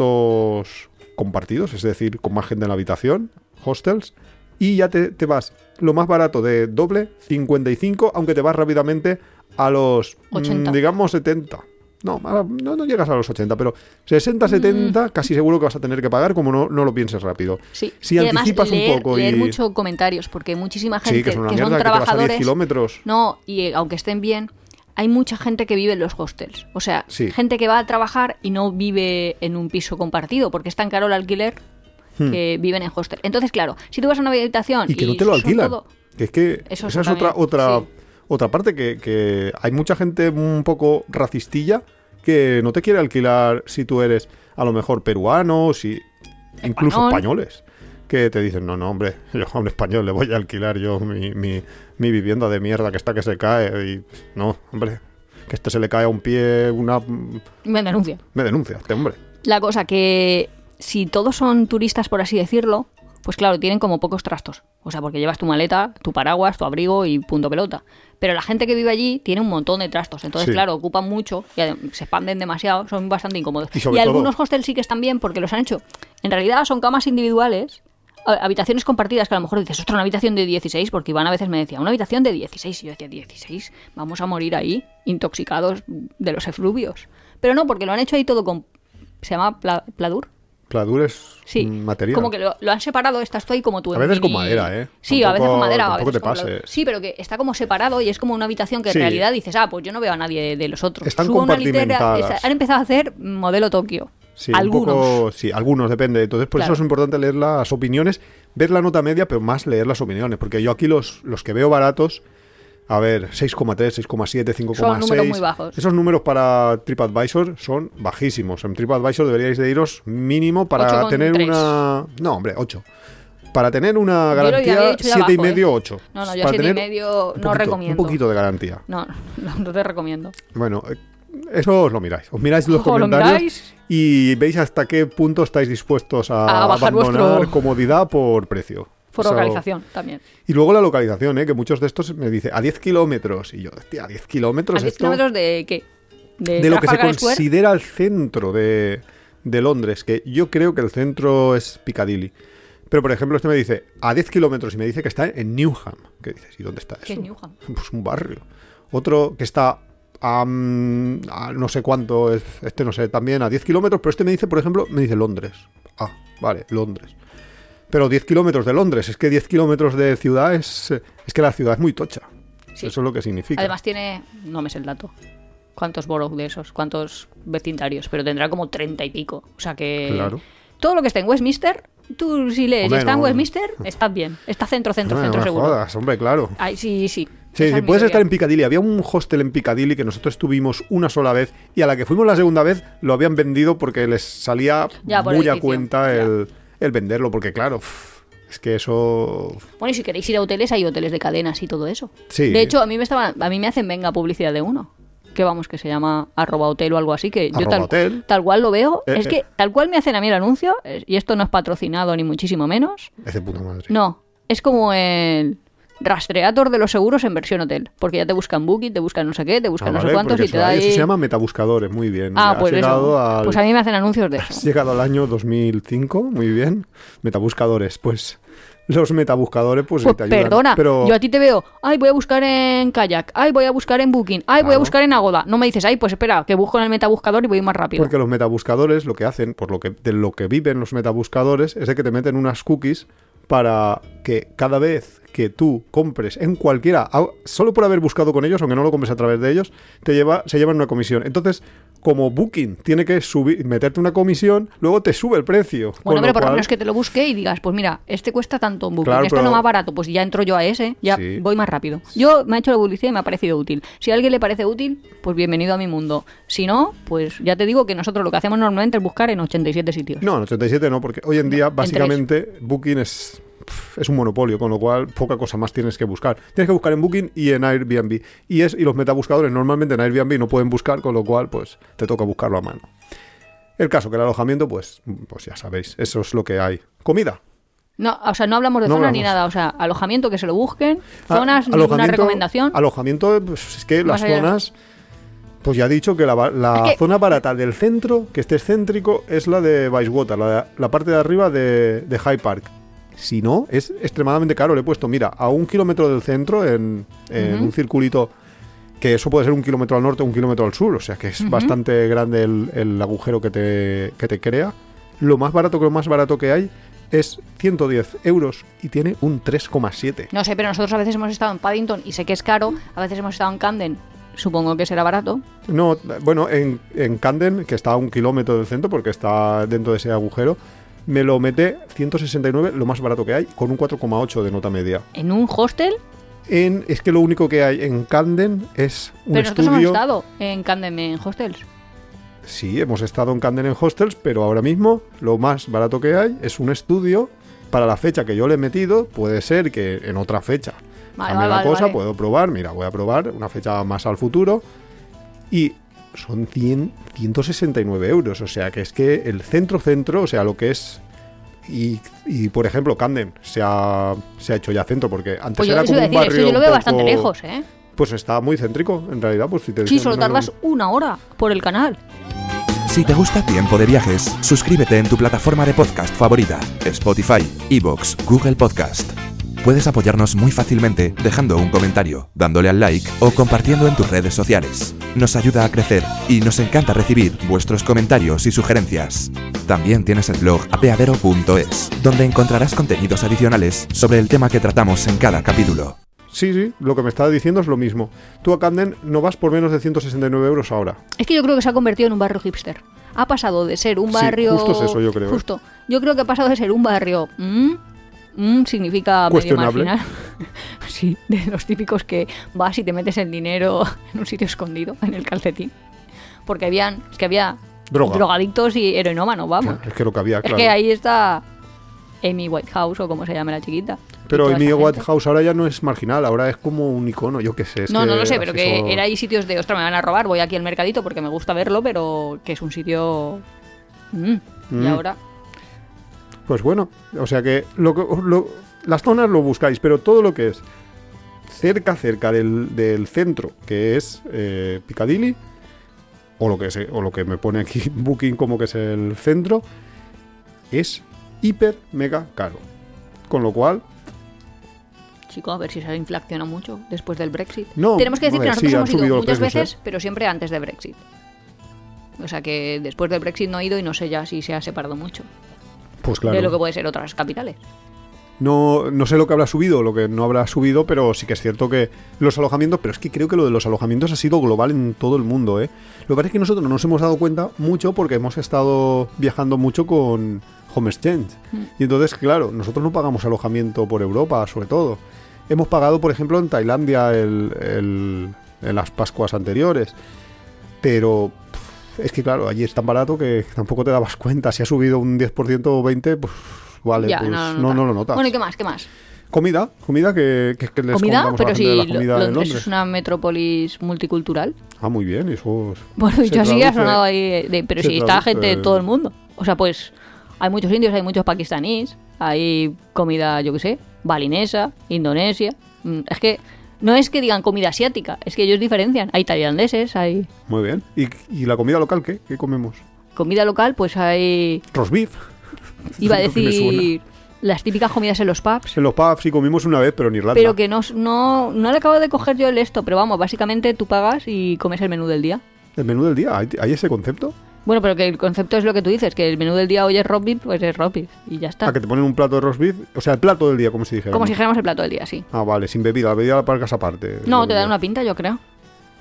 S2: alojamientos compartidos, es decir, con más gente en la habitación, hostels, y ya te, te vas lo más barato de doble, 55, aunque te vas rápidamente a los, mm,
S1: 80.
S2: digamos, 70. No, a- no, no llegas a los 80, pero 60, 70 casi seguro que vas a tener que pagar como no, no lo pienses rápido.
S1: Sí.
S2: Si
S1: y además,
S2: anticipas
S1: leer,
S2: un poco
S1: leer
S2: y...
S1: mucho comentarios, porque muchísima gente
S2: sí, que es una
S1: que son
S2: mierda, que te vas a 10
S1: trabajadores.
S2: kilómetros.
S1: No, y eh, aunque estén bien, hay mucha gente que vive en los hostels. O sea,
S2: Sí.
S1: gente que va a trabajar y no vive en un piso compartido, porque es tan caro el alquiler que viven en hostel. Entonces, claro, si tú vas a una habitación
S2: Hmm. y que no te lo
S1: son
S2: alquilan.
S1: todo-
S2: Que es que
S1: Eso
S2: esa es
S1: también,
S2: otra otra
S1: sí.
S2: otra parte que, que hay mucha gente un poco racistilla que no te quiere alquilar si tú eres a lo mejor peruano, si incluso
S1: Español.
S2: españoles que te dicen, no, no, hombre, yo a un español le voy a alquilar yo mi, mi- mi vivienda de mierda que está que se cae y no, hombre, que este se le cae a un pie una... Me
S1: me denuncia.
S2: denuncia este hombre.
S1: La cosa que si todos son turistas, por así decirlo, pues claro, tienen como pocos trastos. O sea, porque llevas tu maleta, tu paraguas, tu abrigo y punto pelota. Pero la gente que vive allí tiene un montón de trastos. Entonces,
S2: Sí.
S1: claro, ocupan mucho y adem- se expanden demasiado, son bastante incómodos.
S2: Y sobre todo-
S1: algunos hostels sí que están bien porque los han hecho. En realidad son camas individuales, a- habitaciones compartidas que a lo mejor dices, ostras, una habitación de 16, porque Iván a veces me decía, una habitación de 16. Y yo decía, 16, vamos a morir ahí, intoxicados de los efluvios. Pero no, porque lo han hecho ahí todo con. ¿Se llama pla- pladur?
S2: Pladures
S1: Sí.
S2: Mm, material.
S1: Como que lo, lo han separado, estás tú ahí como tú.
S2: A veces
S1: en
S2: con
S1: mini-
S2: madera, ¿eh?
S1: Sí, a veces
S2: Tampoco-
S1: con madera. a
S2: tampoco
S1: veces
S2: te
S1: con pladur.
S2: pases.
S1: Sí, pero que está como separado y es como una habitación que
S2: Sí.
S1: en realidad dices, ah, pues yo no veo a nadie de los otros.
S2: Están
S1: Subo una litera-
S2: compartimentadas.
S1: esa- han empezado a hacer modelo Tokio.
S2: Sí, un
S1: Algunos.
S2: poco- sí, algunos, depende. Entonces, por
S1: Claro.
S2: eso es importante leer las opiniones, ver la nota media, pero más leer las opiniones. Porque yo aquí los, los que veo baratos, a ver, 6,3, 6,7, 5,6.
S1: Son números muy bajos.
S2: Esos números para TripAdvisor son bajísimos. En TripAdvisor deberíais de iros mínimo para
S1: 8,3.
S2: tener una... No, hombre, 8. Para tener una
S1: Yo lo había
S2: garantía
S1: dicho ya
S2: 7,5,
S1: abajo, ¿eh?
S2: 8.
S1: No, no, yo
S2: Para
S1: 7,5
S2: tener
S1: no
S2: un poquito-
S1: recomiendo.
S2: Un poquito de garantía.
S1: No, no, no te recomiendo.
S2: Bueno, eh, eso os lo miráis. Os miráis los
S1: Ojo, lo
S2: comentarios
S1: miráis.
S2: y veis hasta qué punto estáis dispuestos a,
S1: A bajar
S2: abandonar
S1: vuestro-
S2: comodidad por precio.
S1: Por
S2: Eso-
S1: localización también.
S2: Y luego la localización, ¿eh? que muchos de estos me dicen a 10 kilómetros. Y yo, hostia, a 10
S1: ¿A
S2: kilómetros.
S1: 10
S2: esto-
S1: kilómetros de qué? De,
S2: de lo que se
S1: Trafalgar Square?
S2: considera el centro de, de Londres, que yo creo que el centro es Piccadilly. Pero, por ejemplo, este me dice a 10 kilómetros y me dice que está en Newham. ¿Qué dices? ¿Y dónde está eso?
S1: ¿Qué es Newham?
S2: Pues un barrio. Otro que está a, mm, a no sé cuánto, es- este no sé, también a 10 kilómetros, pero este me dice, por ejemplo, me dice Londres. Ah, vale, Londres. Pero 10 kilómetros de Londres, es que 10 kilómetros de ciudad es... eh, Es que la ciudad es muy tocha.
S1: Sí.
S2: Eso es lo que significa.
S1: Además tiene, no me sé el dato, cuántos boroughs de esos, cuántos vecindarios, pero tendrá como treinta y pico. O sea que
S2: Claro.
S1: todo lo que está en Westminster, tú si lees y
S2: Hombre,
S1: está en
S2: no.
S1: Westminster, estás bien. Está centro, centro,
S2: Hombre, no
S1: centro
S2: me
S1: seguro.
S2: jodas, hombre, claro.
S1: Ay, sí, sí. Esa
S2: Sí, sí,
S1: es mi
S2: puedes
S1: teoría.
S2: estar en Piccadilly. Había un hostel en Piccadilly que nosotros tuvimos una sola vez y a la que fuimos la segunda vez lo habían vendido porque les salía
S1: Ya, por
S2: muy a
S1: edificio,
S2: cuenta
S1: ya.
S2: el, el venderlo, porque claro, uf, es que eso...
S1: Bueno, y si queréis ir a hoteles, hay hoteles de cadenas y todo eso.
S2: Sí.
S1: De hecho, a mí me estaban, a mí me hacen venga publicidad de uno. Que vamos, que se llama arroba hotel o algo así, que yo
S2: Arroba
S1: tal,
S2: hotel.
S1: tal cual lo veo.
S2: Eh,
S1: es
S2: eh.
S1: que tal cual me hacen a mí el anuncio, eh, y esto no es patrocinado ni muchísimo menos,
S2: Es de puta madre.
S1: No, es como el rastreador de los seguros en versión hotel, porque ya te buscan Booking, te buscan no sé qué, te
S2: Ah,
S1: buscan no
S2: vale,
S1: sé cuántos
S2: porque
S1: y
S2: eso,
S1: te da
S2: ahí- eso
S1: ahí-
S2: se llama metabuscadores, muy bien.
S1: Ah,
S2: Has
S1: pues
S2: llegado
S1: eso.
S2: al-
S1: Pues a mí me hacen anuncios de
S2: Has
S1: eso.
S2: llegado al año 2005, muy bien. Metabuscadores, pues los metabuscadores pues,
S1: Pues
S2: te ayudan.
S1: perdona,
S2: pero...
S1: yo a ti te veo, ay, voy a buscar en Kayak, ay, voy a buscar en Booking, ay, voy a
S2: Claro.
S1: buscar en Agoda. No me dices, ay, pues espera, que busco en el metabuscador y voy más rápido.
S2: Porque los metabuscadores lo que hacen, por lo que, de lo que viven los metabuscadores, es de que te meten unas cookies para que cada vez que tú compres en cualquiera, au- solo por haber buscado con ellos, aunque no lo compres a través de ellos, te lleva, se llevan una comisión. Entonces, como Booking tiene que subir, meterte una comisión, luego te sube el precio. con
S1: Bueno, pero por lo
S2: cual-
S1: menos que te lo busque y digas, pues mira, este cuesta tanto en Booking,
S2: Claro,
S1: este
S2: pero-
S1: no más barato, pues ya entro yo a ese, ya
S2: Sí.
S1: voy más rápido. Yo me ha hecho la publicidad y me ha parecido útil. Si a alguien le parece útil, pues bienvenido a mi mundo. Si no, pues ya te digo que nosotros lo que hacemos normalmente es buscar en 87 sitios.
S2: No, en 87 no, porque hoy en día básicamente Booking es, pf, es un monopolio, con lo cual poca cosa más tienes que buscar. Tienes que buscar en Booking y en Airbnb. Y, es, y los metabuscadores normalmente en Airbnb no pueden buscar, con lo cual pues te toca buscarlo a mano. El caso que el alojamiento, pues, pues ya sabéis, eso es lo que hay. Comida.
S1: No, o sea, no hablamos de
S2: No
S1: zona ni
S2: hablamos.
S1: nada. O sea, alojamiento que se lo busquen,
S2: Ah,
S1: zonas, ninguna
S2: alojamiento-
S1: recomendación.
S2: Alojamiento, pues, es que
S1: Más
S2: las
S1: allá.
S2: zonas. Pues ya he dicho que la, ba- la
S1: Es que-
S2: zona barata del centro, que esté excéntrico, es la de Vicewater, la, la parte de arriba de, de High Park. Si no, es extremadamente caro. Le he puesto, mira, a un kilómetro del centro, en, en
S1: Ujú.
S2: un circulito, que eso puede ser un kilómetro al norte, un kilómetro al sur, o sea que es bastante grande el, el agujero que te, que te crea. Lo más barato que lo más barato que hay es 110 euros y tiene un 3,7.
S1: No sé, pero nosotros a veces hemos estado en Paddington y sé que es caro. A veces hemos estado en Camden, supongo que será barato.
S2: No, bueno, en, en Camden, que está a un kilómetro del centro, porque está dentro de ese agujero, me lo mete 169, lo más barato que hay, con un 4,8 de nota media.
S1: En un hostel,
S2: En, es que lo único que hay en Camden es un
S1: pero nosotros hemos
S2: estudio.
S1: estado en Camden en hostels.
S2: sí, hemos estado en Camden en hostels, pero ahora mismo lo más barato que hay es un estudio. Para la fecha que yo le he metido, puede ser que en otra fecha.
S1: Vale,
S2: Cambie
S1: vale,
S2: la
S1: vale,
S2: cosa,
S1: vale.
S2: puedo probar, mira, voy a probar una fecha más al futuro. Y son 100, 169 euros, o sea que es que el centro-centro, o sea, lo que es... Y, y, por ejemplo, Camden se ha, se ha hecho ya centro, porque antes
S1: Pues yo
S2: era
S1: eso iba
S2: como
S1: a
S2: un
S1: decir,
S2: barrio...
S1: eso yo lo veo
S2: un
S1: bastante
S2: poco-
S1: lejos, ¿eh?
S2: Pues está muy céntrico, en realidad, pues si te
S1: Sí,
S2: dicen
S1: solo
S2: una-
S1: tardas una hora por el canal.
S3: Si te gusta Tiempo de Viajes, suscríbete en tu plataforma de podcast favorita, Spotify, Evox, Google Podcast. Puedes apoyarnos muy fácilmente dejando un comentario, dándole al like o compartiendo en tus redes sociales. Nos ayuda a crecer y nos encanta recibir vuestros comentarios y sugerencias. También tienes el blog apeadero.es, donde encontrarás contenidos adicionales sobre el tema que tratamos en cada capítulo.
S2: Sí, sí, lo que me estaba diciendo es lo mismo. Tú a Camden no vas por menos de 169 euros ahora.
S1: Es que yo creo que se ha convertido en un barrio hipster. Ha pasado de ser un
S2: Sí,
S1: barrio.
S2: justo es eso, yo creo, ¿eh?
S1: Justo. Yo creo que ha pasado de ser un barrio. mm, mm, significa medio
S2: Cuestionable.
S1: marginal. sí, de los típicos que vas y te metes el dinero en un sitio escondido, en el calcetín. Porque habían. Es que había.
S2: Droga.
S1: Drogadictos y heroinómanos, vamos.
S2: Es que lo que había,
S1: Es
S2: claro.
S1: que ahí está. Amy Whitehouse o como se llame la chiquita. y
S2: Pero
S1: toda
S2: el New
S1: esa
S2: White
S1: gente.
S2: House ahora ya no es marginal, ahora es como un icono, yo qué sé. es
S1: No,
S2: que
S1: no lo sé, pero
S2: así
S1: que
S2: son-
S1: era ahí sitios de, ostras, me van a robar, voy aquí al mercadito porque me gusta verlo, pero que es un sitio... Mm, Y
S2: Mm.
S1: ahora...
S2: Pues bueno, o sea que, lo, que- lo- las zonas lo buscáis, pero todo lo que es cerca, cerca del, del centro, que es eh, Piccadilly, o lo, que se- o lo que me pone aquí Booking como que es el centro, es hiper mega caro. Con lo cual,
S1: Chico, a ver si se inflaciona mucho después del Brexit.
S2: No,
S1: Tenemos que decir que
S2: hombre,
S1: nosotros
S2: sí, han
S1: hemos ido
S2: subido los
S1: muchas
S2: precios,
S1: veces, pero siempre antes de Brexit. O sea que después del Brexit no he ido y no sé ya si se ha separado mucho
S2: pues
S1: de lo que
S2: claro,
S1: puede ser otras capitales.
S2: no, no sé lo que habrá subido o lo que no habrá subido, pero sí que es cierto que los alojamientos, pero es que creo que lo de los alojamientos ha sido global en todo el mundo, ¿eh? Lo que pasa es que nosotros no nos hemos dado cuenta mucho porque hemos estado viajando mucho con Home Exchange. Y entonces, claro, nosotros no pagamos alojamiento por Europa, sobre todo. Hemos pagado, por ejemplo, en Tailandia el- el- en las Pascuas anteriores. Pero pff, es que, claro, allí es tan barato que tampoco te dabas cuenta. Si ha subido un 10% o 20%, pues vale,
S1: Ya,
S2: pues no,
S1: lo
S2: no,
S1: notas.
S2: lo notas.
S1: Bueno, ¿y qué más? ¿Qué más?
S2: Comida, comida que, que- que les
S1: ¿Comida?
S2: compramos a
S1: Pero
S2: la
S1: si
S2: gente de la
S1: Lo-
S2: comida en
S1: Londres
S2: Londres.
S1: es una metrópolis multicultural.
S2: Ah, muy bien, eso. es-
S1: Bueno,
S2: se
S1: dicho así, ha
S2: traduce-
S1: sonado ahí. de- de- pero
S2: se
S1: si está
S2: traduce-
S1: gente de todo el mundo. O sea, pues hay muchos indios, hay muchos pakistaníes, hay comida, yo qué sé, balinesa, indonesia. Mm, Es que no es que digan comida asiática, es que ellos diferencian. Hay tailandeses, hay
S2: Muy bien. ¿Y, y la comida local qué? ¿Qué comemos?
S1: comida local, pues hay.
S2: Roast beef.
S1: Iba a
S2: Lo que me
S1: decir
S2: suena.
S1: las típicas comidas en los pubs.
S2: En los pubs sí comimos una vez, pero en Irlanda.
S1: Pero que no, no, no le acabo de coger yo el esto, pero vamos, básicamente tú pagas y comes el menú del día.
S2: El menú del día, ¿hay, hay ese concepto?
S1: Bueno, pero que el concepto es lo que tú dices, que el menú del día hoy es roast beef, pues es roast beef, y ya está.
S2: A Ah, que te ponen un plato de roast beef, o sea, el plato del día, como si dijera.
S1: Como si dijéramos el plato del día, sí.
S2: Ah, vale, sin bebida, la bebida la pagas aparte.
S1: No, te dan una pinta, yo creo.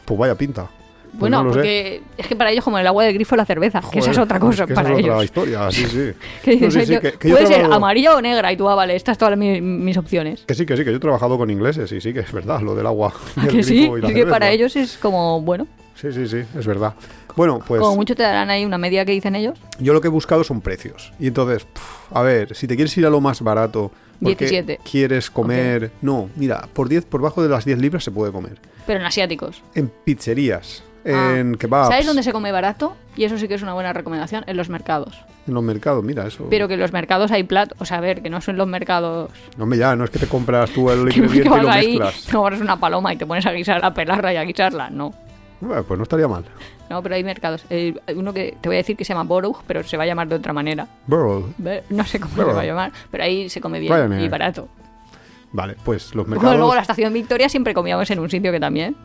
S2: Pues vaya pinta. Pues
S1: Bueno,
S2: no lo sé.
S1: porque es que para ellos como el agua del grifo la cerveza, que esa es
S2: Joder,
S1: otra cosa
S2: que esa
S1: para
S2: es
S1: ellos.
S2: otra historia, sí, sí.
S1: Que dices,
S2: No, sí,
S1: "Ay,
S2: sí,
S1: yo-
S2: que- que yo
S1: puede ser
S2: trabajo-
S1: amarilla o negra y tú, ah, vale, estas todas mis, mis opciones.
S2: Que sí, que sí, que yo he trabajado con ingleses y sí que es verdad, lo del agua. y
S1: ¿A
S2: el
S1: que sí,
S2: grifo y la
S1: es que para
S2: cerveza.
S1: ellos es como, bueno,
S2: Sí, sí, sí, es verdad. Bueno, pues
S1: como mucho te darán ahí una media que dicen ellos.
S2: yo lo que he buscado son precios. Y entonces, pf, a ver, si te quieres ir a lo más barato, porque
S1: 17.
S2: quieres comer. No, mira, por 10, por bajo de las 10 libras se puede comer.
S1: Pero en asiáticos.
S2: En pizzerías,
S1: Ah.
S2: en kebabs,
S1: ¿Sabes dónde se come barato? Y eso sí que es una buena recomendación, en los mercados.
S2: en los mercados, mira eso.
S1: Pero que en los mercados hay platos, o sea, a ver, que no son los mercados
S2: No me ya, no es que te compras tú el
S1: que,
S2: ingrediente y
S1: vas
S2: lo
S1: ahí,
S2: mezclas.
S1: te compras una paloma y te pones a guisar, a pelarla y a guisarla, no.
S2: Bueno, pues no estaría mal.
S1: No, pero hay mercados. Eh, hay uno que te voy a decir que se llama Borough, pero se va a llamar de otra manera.
S2: Burl.
S1: Ve- No sé cómo
S2: Borough.
S1: se va a llamar, pero ahí se come bien
S2: Ryanair.
S1: y barato.
S2: Vale, pues los
S1: Bueno,
S2: mercados.
S1: luego la estación Victoria siempre comíamos en un sitio que también.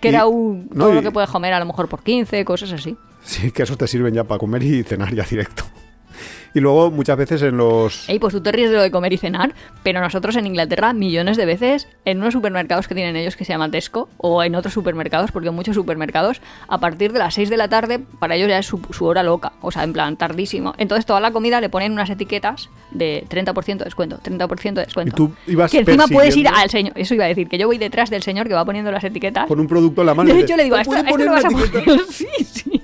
S1: Que
S2: Y-
S1: era un,
S2: no,
S1: todo
S2: y-
S1: lo que puedes comer a lo mejor por 15, cosas así.
S2: Sí, que esos te sirven ya para comer y cenar ya directo. Y luego muchas veces en los.
S1: Ey, pues tú te ríes de lo de comer y cenar, pero nosotros en Inglaterra millones de veces en unos supermercados que tienen ellos que se llama Tesco o en otros supermercados, porque en muchos supermercados a partir de las 6 de la tarde para ellos ya es su, su hora loca, o sea, en plan tardísimo. Entonces toda la comida le ponen unas etiquetas de 30% de descuento, 30% de descuento.
S2: Y tú ibas
S1: que encima puedes ir
S2: persiguiendo-
S1: al señor, eso iba a decir, que yo voy detrás del señor que va poniendo las etiquetas.
S2: Con un producto en la mano. y
S1: De
S2: dices,
S1: hecho, le digo,
S2: "¿Me
S1: a esto,
S2: puede
S1: a esto
S2: poner
S1: le vas a
S2: una etiqueta?".
S1: poner. Sí, sí.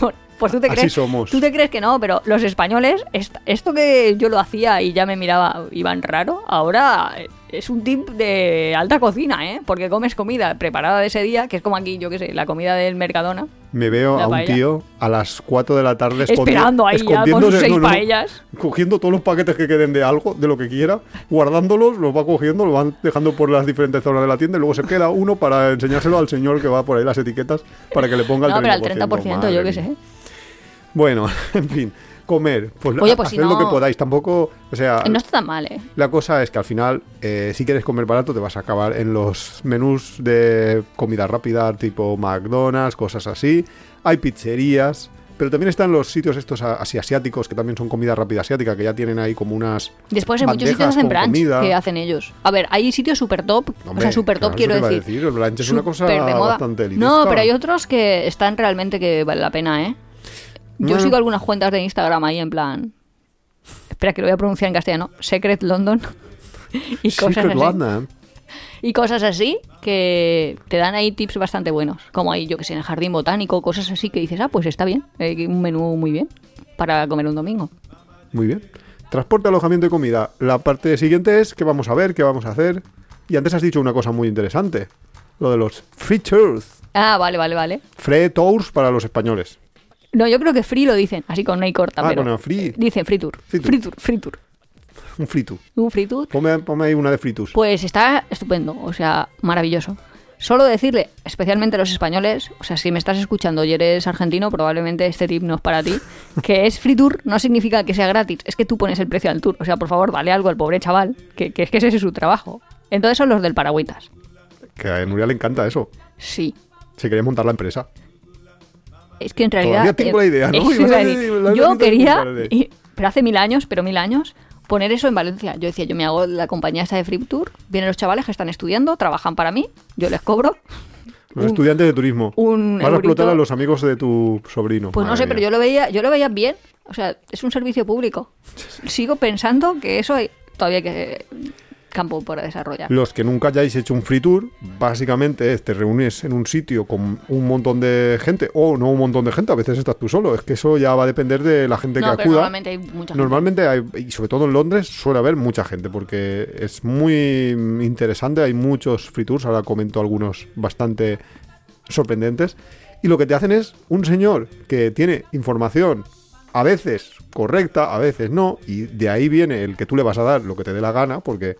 S1: Bueno, pues tú te
S2: Así
S1: crees.
S2: somos.
S1: Tú te crees que no, pero los españoles, est- esto que yo lo hacía y ya me miraba Iván raro, ahora eh, es un tip de alta cocina, ¿eh? Porque comes comida preparada de ese día, que es como aquí, yo qué sé, la comida del Mercadona.
S2: Me veo
S1: La
S2: a un
S1: paella.
S2: tío a las 4 de la tarde escondi-
S1: Esperando ahí ya con sus
S2: escondiéndose-
S1: seis
S2: no, no, no.
S1: paellas.
S2: Cogiendo todos los paquetes que queden de algo, de lo que quiera, guardándolos, los va cogiendo, los van dejando por las diferentes zonas de la tienda y luego se queda uno para enseñárselo al señor que va por ahí las etiquetas para que le ponga el
S1: No, pero al
S2: 30%.
S1: 30%, yo
S2: madre
S1: qué
S2: mía.
S1: sé.
S2: Bueno, en fin, comer, pues,
S1: Oye, pues si
S2: haced lo que
S1: no-
S2: podáis, tampoco, o sea,
S1: No está tan mal, ¿eh?
S2: la cosa es que al final, eh, si quieres comer barato, te vas a acabar en los menús de comida rápida, tipo McDonald's, cosas así. Hay pizzerías, pero también están los sitios estos a- así asiáticos, que también son comida rápida asiática, que ya tienen ahí como unas...
S1: Después en muchos sitios
S2: bandejas
S1: hacen
S2: con
S1: brunch
S2: comida.
S1: que hacen ellos. A ver, hay sitios super top, o
S2: Hombre,
S1: sea, super top
S2: claro, eso
S1: quiero
S2: te iba a
S1: decir.
S2: decir, el brunch es una cosa
S1: super de moda.
S2: bastante elitista.
S1: No, pero hay otros que están realmente que vale la pena, ¿eh? Yo
S2: Bueno.
S1: sigo algunas cuentas de Instagram ahí en plan. Espera, que lo voy a pronunciar en castellano. Secret London. y cosas
S2: Secret ¿eh?
S1: así.
S2: Wanda,
S1: Y cosas así que te dan ahí tips bastante buenos. Como ahí, yo que sé, en el jardín botánico, cosas así que dices, ah, pues está bien. eh, un menú muy bien para comer un domingo.
S2: Muy bien. Transporte, alojamiento y comida. La parte siguiente es qué vamos a ver, qué vamos a hacer. Y antes has dicho una cosa muy interesante. Lo de los free tours.
S1: Ah, vale, vale, vale.
S2: Free tours para los españoles.
S1: No, yo creo que free lo dicen, así con una y corta.
S2: Ah,
S1: pero
S2: con la free.
S1: Dicen free tour.
S2: Free
S1: Free
S2: tour.
S1: tour. Free tour,
S2: Un free tour.
S1: Un free tour.
S2: Ponme, ponme ahí una de free tours.
S1: Pues está estupendo, o sea, maravilloso. Solo decirle, especialmente a los españoles, o sea, si me estás escuchando y eres argentino, probablemente este tip no es para ti, que es free tour no significa que sea gratis, es que tú pones el precio al tour. O sea, por favor, dale algo al pobre chaval, que, que es que ese es su trabajo. Entonces son los del paragüitas.
S2: Que a Nuria le encanta eso.
S1: Sí.
S2: Se quería montar la empresa.
S1: Es que en realidad.
S2: Todavía tengo la idea, ¿no?
S1: eso
S2: Ibas
S1: iba a
S2: a
S1: decir.
S2: decir, la verdad
S1: yo
S2: no te
S1: quería,
S2: preocupes,
S1: y- pero hace mil años, pero mil años, poner eso en Valencia. Yo decía, yo me hago la compañía esta de Free Tour, vienen los chavales que están estudiando, trabajan para mí, yo les cobro.
S2: Los
S1: Un-
S2: estudiantes de turismo.
S1: un
S2: Vas a explotar
S1: eurito.
S2: a los amigos de tu sobrino.
S1: Pues no
S2: Madre
S1: sé, pero
S2: mía.
S1: yo lo veía, yo lo veía bien. O sea, es un servicio público. Sigo pensando que eso hay, todavía hay que eh, campo por desarrollar.
S2: Los que nunca hayáis hecho un free tour, básicamente es te reúnes en un sitio con un montón de gente, o no un montón de gente, a veces estás tú solo. Es que eso ya va a depender de la gente
S1: no,
S2: que
S1: pero
S2: acuda.
S1: normalmente hay mucha gente.
S2: Normalmente, hay, y sobre todo en Londres, suele haber mucha gente porque es muy interesante. Hay muchos free tours, ahora comento algunos bastante sorprendentes. Y lo que te hacen es un señor que tiene información a veces correcta, a veces no, y de ahí viene el que tú le vas a dar lo que te dé la gana, porque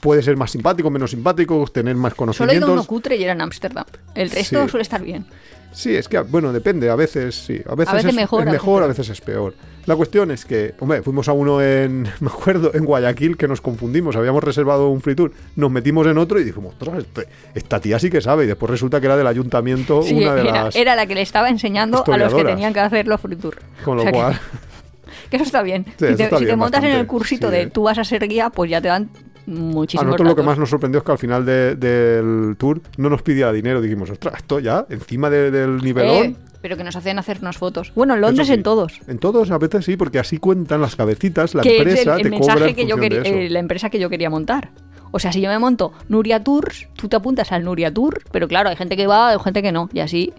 S2: puede ser más simpático, menos simpático, tener más
S1: Solo he ido a uno
S2: conocimientos.
S1: cutre y era en Ámsterdam. El resto
S2: Sí.
S1: suele estar bien.
S2: Sí, es que, bueno, depende, a veces sí, a veces,
S1: veces
S2: es
S1: mejor,
S2: es
S1: a veces
S2: mejor, a
S1: peor.
S2: veces es peor. La cuestión es que, hombre, fuimos a uno en, me acuerdo, en Guayaquil que nos confundimos, habíamos reservado un free tour, nos metimos en otro y dijimos, ostras, este- esta tía sí que sabe, y después resulta que era del ayuntamiento
S1: Sí,
S2: una de
S1: era,
S2: las...
S1: era la que le estaba enseñando a los que
S2: historiadoras.
S1: tenían que hacer los free tour.
S2: Con lo
S1: O sea que-
S2: cual,
S1: Que, eso está bien.
S2: Sí,
S1: si
S2: eso
S1: te,
S2: está
S1: si te
S2: bien
S1: montas en el
S2: bastante,
S1: cursito
S2: sí.
S1: de tú vas a ser guía, pues ya te dan
S2: a
S1: muchísimos
S2: nosotros lo que
S1: datos.
S2: más nos sorprendió es que al final de- del tour no nos pidiera dinero, dijimos, ostras, esto ya, encima de- del nivelón...
S1: Eh, pero que nos hacen hacernos fotos. Bueno, en Londres
S2: Eso sí,
S1: en todos.
S2: En todos, a veces sí, porque así cuentan las cabecitas, la
S1: que es
S2: empresa
S1: el, el
S2: te cobra
S1: mensaje
S2: en
S1: que yo
S2: función de
S1: quería,
S2: eso.
S1: eh, la empresa que yo quería montar. O sea, si yo me monto Nuria Tours, tú te apuntas al Nuria Tour, pero claro, hay gente que va, hay gente que no, y así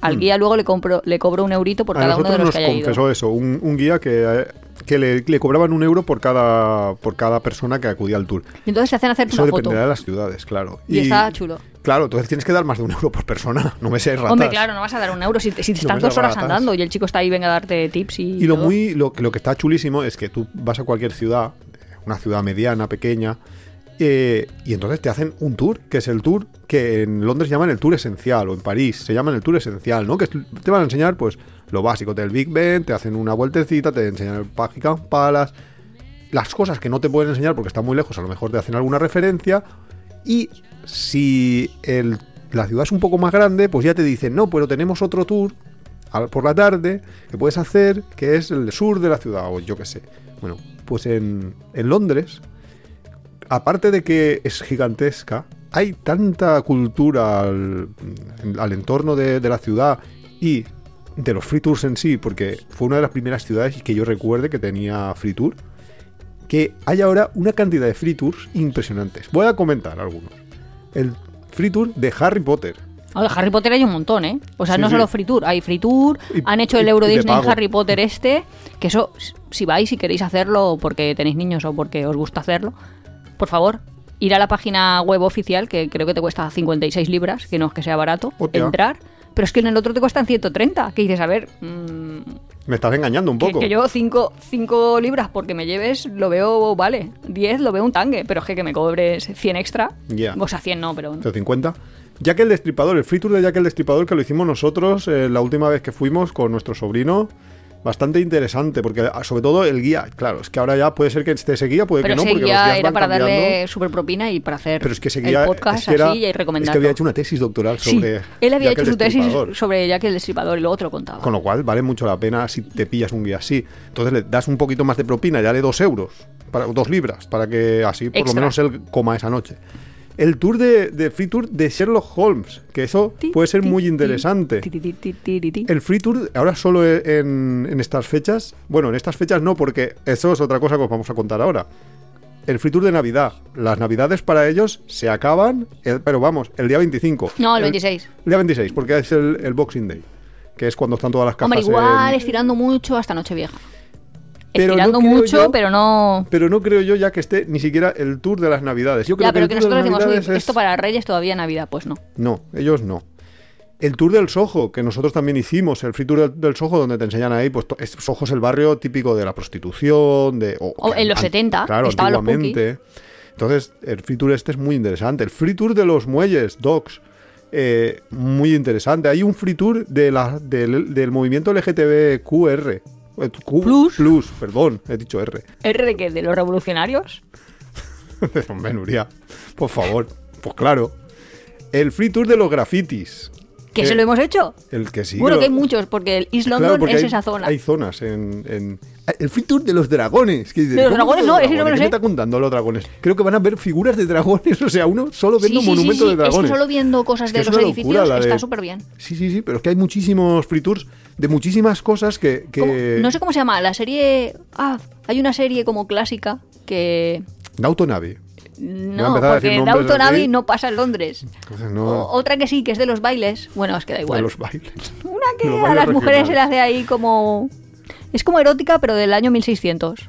S1: al guía luego le compro, le cobro un eurito por
S2: Mm. a
S1: cada uno de
S2: nosotros
S1: los
S2: nos
S1: que haya
S2: confesó
S1: ido.
S2: eso, un, un guía que, eh, que le, le cobraban un euro por cada, por cada persona que acudía al tour.
S1: Y entonces se hacen hacer
S2: Eso
S1: una foto.
S2: dependerá de las ciudades, claro.
S1: Y está chulo.
S2: Claro, entonces tienes que dar más de un euro por persona. No me seas ratas.
S1: Hombre, claro, no vas a dar un euro si, te- si te
S2: No
S1: estás
S2: me
S1: dos horas
S2: ratas.
S1: andando y el chico está ahí, venga a darte tips y.
S2: Y lo
S1: todo.
S2: muy lo, lo que está chulísimo es que tú vas a cualquier ciudad, una ciudad mediana, pequeña, eh, y entonces te hacen un tour, que es el tour que en Londres llaman el tour esencial, o en París se llaman el tour esencial, ¿no? Que es- te van a enseñar, pues, lo básico del Big Ben, te hacen una vueltecita, te enseñan el Buckingham Palace, las cosas que no te pueden enseñar porque están muy lejos, a lo mejor te hacen alguna referencia. Y si el- la ciudad es un poco más grande, pues ya te dicen, no, pero tenemos otro tour al- por la tarde que puedes hacer, que es el sur de la ciudad, o yo qué sé. Bueno, pues en, en Londres, aparte de que es gigantesca, hay tanta cultura al, al entorno de, de la ciudad y de los free tours en sí, porque fue una de las primeras ciudades que yo recuerde que tenía free tour que hay ahora una cantidad de free tours impresionantes. Voy a comentar algunos. El free tour de Harry Potter.
S1: Ah, de Harry Potter hay un montón, ¿eh? O sea,
S2: Sí,
S1: no
S2: sí.
S1: solo Free Tour, hay Free Tour,
S2: Y-
S1: han hecho
S2: y-
S1: el Euro
S2: y de
S1: Disney
S2: pago.
S1: Harry Potter este, que eso, s- si vais y queréis hacerlo porque tenéis niños o porque os gusta hacerlo, por favor, ir a la página web oficial, que creo que te cuesta 56 libras, que no es que sea barato,
S2: Hostia.
S1: entrar, pero es que en el otro te cuestan 130, que dices, a ver, mm,
S2: Me estás engañando un
S1: que,
S2: poco.
S1: que yo 5 libras porque me lleves, lo veo, vale, 10 lo veo un tangue, pero es que, que me cobres 100 extra,
S2: Ya.
S1: o sea, 100 no, pero...
S2: Te 50. Jack el Destripador, el free tour de Jack el Destripador que lo hicimos nosotros eh, la última vez que fuimos con nuestro sobrino. Bastante interesante, porque ah, sobre todo el guía, claro, es que ahora ya puede ser que esté ese guía, puede
S1: Pero
S2: que no,
S1: ese
S2: porque los
S1: guía
S2: guías
S1: era
S2: van
S1: para
S2: cambiando.
S1: darle super propina y para hacer
S2: Pero es que ese guía
S1: el podcast
S2: es que era-
S1: así y
S2: es
S1: recomendando.
S2: que había hecho una tesis doctoral
S1: Sí,
S2: sobre.
S1: él había
S2: Jack
S1: hecho
S2: el
S1: su tesis
S2: Destripador.
S1: sobre Jack el Destripador y lo otro contaba.
S2: Con lo cual vale mucho la pena si te pillas un guía así. Entonces le das un poquito más de propina, ya le dos euros, para, dos libras, para que así por
S1: Extra.
S2: lo menos él coma esa noche. El tour de, de free tour de Sherlock Holmes, que eso
S1: Ti,
S2: puede ser
S1: ti,
S2: muy
S1: ti,
S2: interesante.
S1: ti, ti, ti, ti, ti, ti.
S2: El free tour ahora solo e- en, en estas fechas. Bueno, en estas fechas no, porque eso es otra cosa que os vamos a contar ahora. El free tour de Navidad. Las Navidades para ellos se acaban, el- pero vamos, el día 25.
S1: No, el 26.
S2: El día 26, porque es el, el Boxing Day, que es cuando están todas las cajas
S1: Hombre, igual
S2: en-
S1: estirando mucho hasta Nochevieja.
S2: Pero
S1: Estirando
S2: no creo
S1: mucho,
S2: yo-
S1: pero no.
S2: Pero no creo yo ya que esté ni siquiera el tour de las Navidades. Yo creo
S1: Ya, pero
S2: que
S1: que
S2: el tour de
S1: nosotros
S2: las
S1: decimos,
S2: Navidades
S1: "Uy,
S2: es-
S1: esto para Reyes todavía Navidad, pues no.
S2: No, ellos no. El tour del Soho, que nosotros también hicimos, el free tour del, del Soho, donde te enseñan ahí, pues to- es- Soho es el barrio típico de la prostitución, de... o-
S1: O en los
S2: an-
S1: 70
S2: Claro,
S1: estaban los
S2: antiguamente. Entonces, el free tour este es muy interesante. El free tour de los muelles, docks, eh, muy interesante. Hay un free tour de la, del, del movimiento LGTBQR. eh, Q-
S1: Plus.
S2: Plus, perdón, he dicho R.
S1: ¿R de qué? ¿De los revolucionarios?
S2: Hombre, Nuria, por favor. Pues claro. El free tour de los grafitis.
S1: ¿Que
S2: Eh,
S1: se lo hemos hecho?
S2: El que sí.
S1: bueno,
S2: lo-
S1: que hay muchos, porque el East
S2: Claro,
S1: London
S2: porque
S1: es
S2: hay-
S1: esa zona.
S2: Hay zonas en. en- ah, El free tour de los dragones. que dices,
S1: De los
S2: ¿cómo
S1: dragones? No, ese no me lo
S2: ¿Qué
S1: sé.
S2: está contando los dragones? Creo que van a ver figuras de dragones. O sea, uno solo viendo
S1: sí, sí, sí,
S2: monumentos
S1: sí.
S2: de
S1: Es que
S2: dragones.
S1: solo viendo cosas
S2: Es que
S1: de
S2: es
S1: los
S2: una locura
S1: edificios
S2: la de-
S1: está súper bien.
S2: Sí, sí, sí, pero es que hay muchísimos free tours de muchísimas cosas que. que-
S1: ¿Cómo? No sé cómo se llama, la serie... Ah, hay una serie como clásica que...
S2: Nautonavi. a
S1: No,
S2: empezar a
S1: porque
S2: decir
S1: en
S2: nombres
S1: Autonavi
S2: aquí.
S1: no pasa en Londres.
S2: Entonces, no-
S1: O- otra que sí, que es de los bailes. Bueno, es que da
S2: de
S1: Oh, igual.
S2: los bailes.
S1: Una que
S2: de los
S1: a
S2: bailes
S1: las mujeres se
S2: regionales.
S1: las de ahí como... Es como erótica, pero del año 1600.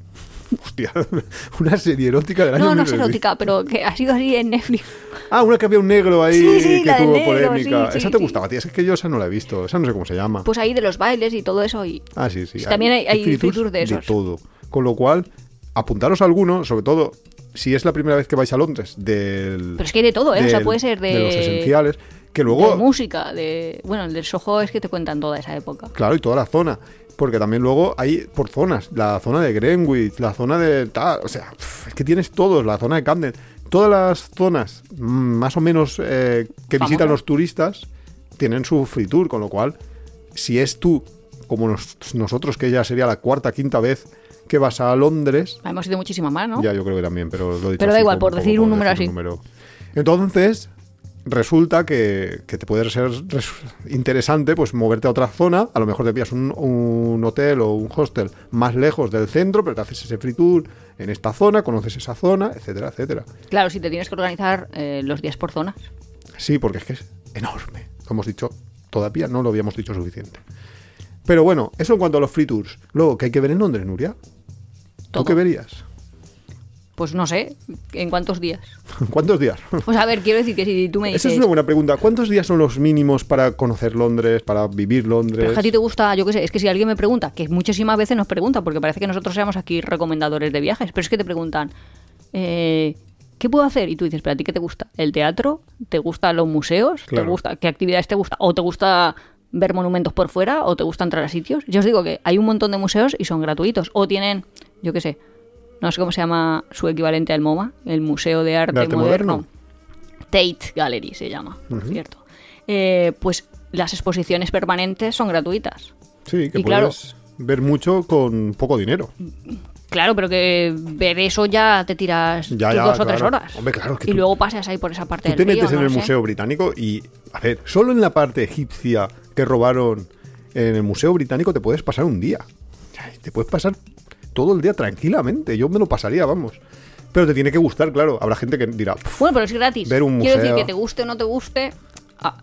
S2: Hostia, una serie erótica del año
S1: no, no es
S2: 1900.
S1: erótica, pero que ha sido así en Netflix.
S2: Ah, una que había un negro ahí
S1: Sí, sí,
S2: que
S1: la del
S2: tuvo
S1: negro,
S2: polémica.
S1: sí, sí,
S2: esa te
S1: sí.
S2: gustaba, a ti. Es que yo esa no la he visto. Esa no sé cómo se llama.
S1: Pues ahí de los bailes y todo eso. Y...
S2: ah, sí, sí.
S1: también hay- hay
S2: free tours
S1: free tours de esos.
S2: todo. Con lo cual, apuntaros a alguno, sobre todo si es la primera vez que vais a Londres, del.
S1: Pero es que hay de todo, ¿eh? O sea,
S2: del-
S1: puede ser de...
S2: los esenciales. Que luego.
S1: de música, de... Bueno, el del Soho es que te cuentan toda esa época.
S2: Claro, y toda la zona. Porque también luego hay por zonas, la zona de Greenwich, la zona de tal, o sea, pf, es que tienes todos, la zona de Camden, todas las zonas mm, más o menos eh, que
S1: Famosas.
S2: visitan los turistas tienen su free tour, con lo cual, si es tú, como nos- nosotros, que ya sería la cuarta, quinta vez que vas a Londres,
S1: Hemos ido muchísimas más, ¿no?
S2: ya, yo creo que también, pero lo he dicho
S1: Pero da
S2: así
S1: igual,
S2: como
S1: por
S2: poco,
S1: decir un número así.
S2: número. Entonces, resulta que, que te puede ser res- interesante pues moverte a otra zona. A lo mejor te pillas un, un hotel o un hostel más lejos del centro, pero te haces ese free tour en esta zona, conoces esa zona, etcétera, etcétera.
S1: Claro, si te tienes que organizar eh, los días por zonas.
S2: Sí, porque es que es enorme. Lo hemos dicho, todavía no lo habíamos dicho suficiente. Pero bueno, eso en cuanto a los free tours. Luego, ¿qué hay que ver en Londres, Nuria?
S1: Todo.
S2: ¿Tú qué verías?
S1: Pues no sé, ¿en cuántos días?
S2: ¿Cuántos días?
S1: Pues a ver, quiero decir que si tú me dices...
S2: Esa es una buena pregunta. ¿Cuántos días son los mínimos para conocer Londres, para vivir
S1: Pero es
S2: Londres?
S1: que a ti te gusta, yo qué sé, es que si alguien me pregunta, que muchísimas veces nos preguntan, porque parece que nosotros seamos aquí recomendadores de viajes, pero es que te preguntan, eh, ¿qué puedo hacer? Y tú dices, ¿pero a ti qué te gusta? ¿El teatro? ¿Te gustan los museos?
S2: Claro.
S1: ¿Te gusta? ¿Qué actividades te gusta? ¿O te gusta ver monumentos por fuera? ¿O te gusta entrar a sitios? Yo os digo que hay un montón de museos y son gratuitos. O tienen, yo qué sé, no sé cómo se llama su equivalente al MoMA, el Museo de Arte,
S2: arte
S1: moderno.
S2: moderno?
S1: Tate Gallery se llama, por cierto. Eh, pues las exposiciones permanentes son gratuitas.
S2: Sí, que
S1: y claro.
S2: puedes ver mucho con poco dinero.
S1: Claro, pero que ver eso ya te tiras
S2: Ya,
S1: tus
S2: ya,
S1: dos o
S2: claro.
S1: tres horas.
S2: Hombre, claro, es que
S1: y
S2: tú-
S1: luego pasas ahí por esa parte del
S2: Tú te metes
S1: río,
S2: en
S1: no
S2: el
S1: sé.
S2: Museo Británico y, a ver, solo en la parte egipcia que robaron en el Museo Británico te puedes pasar un día. Ay, Te puedes pasar todo el día tranquilamente. Yo me lo pasaría, vamos. Pero te tiene que gustar, claro. Habrá gente que dirá, "Pf,
S1: Bueno, pero es gratis.
S2: Ver un
S1: Quiero decir
S2: museo.
S1: que te guste o no te guste. ah,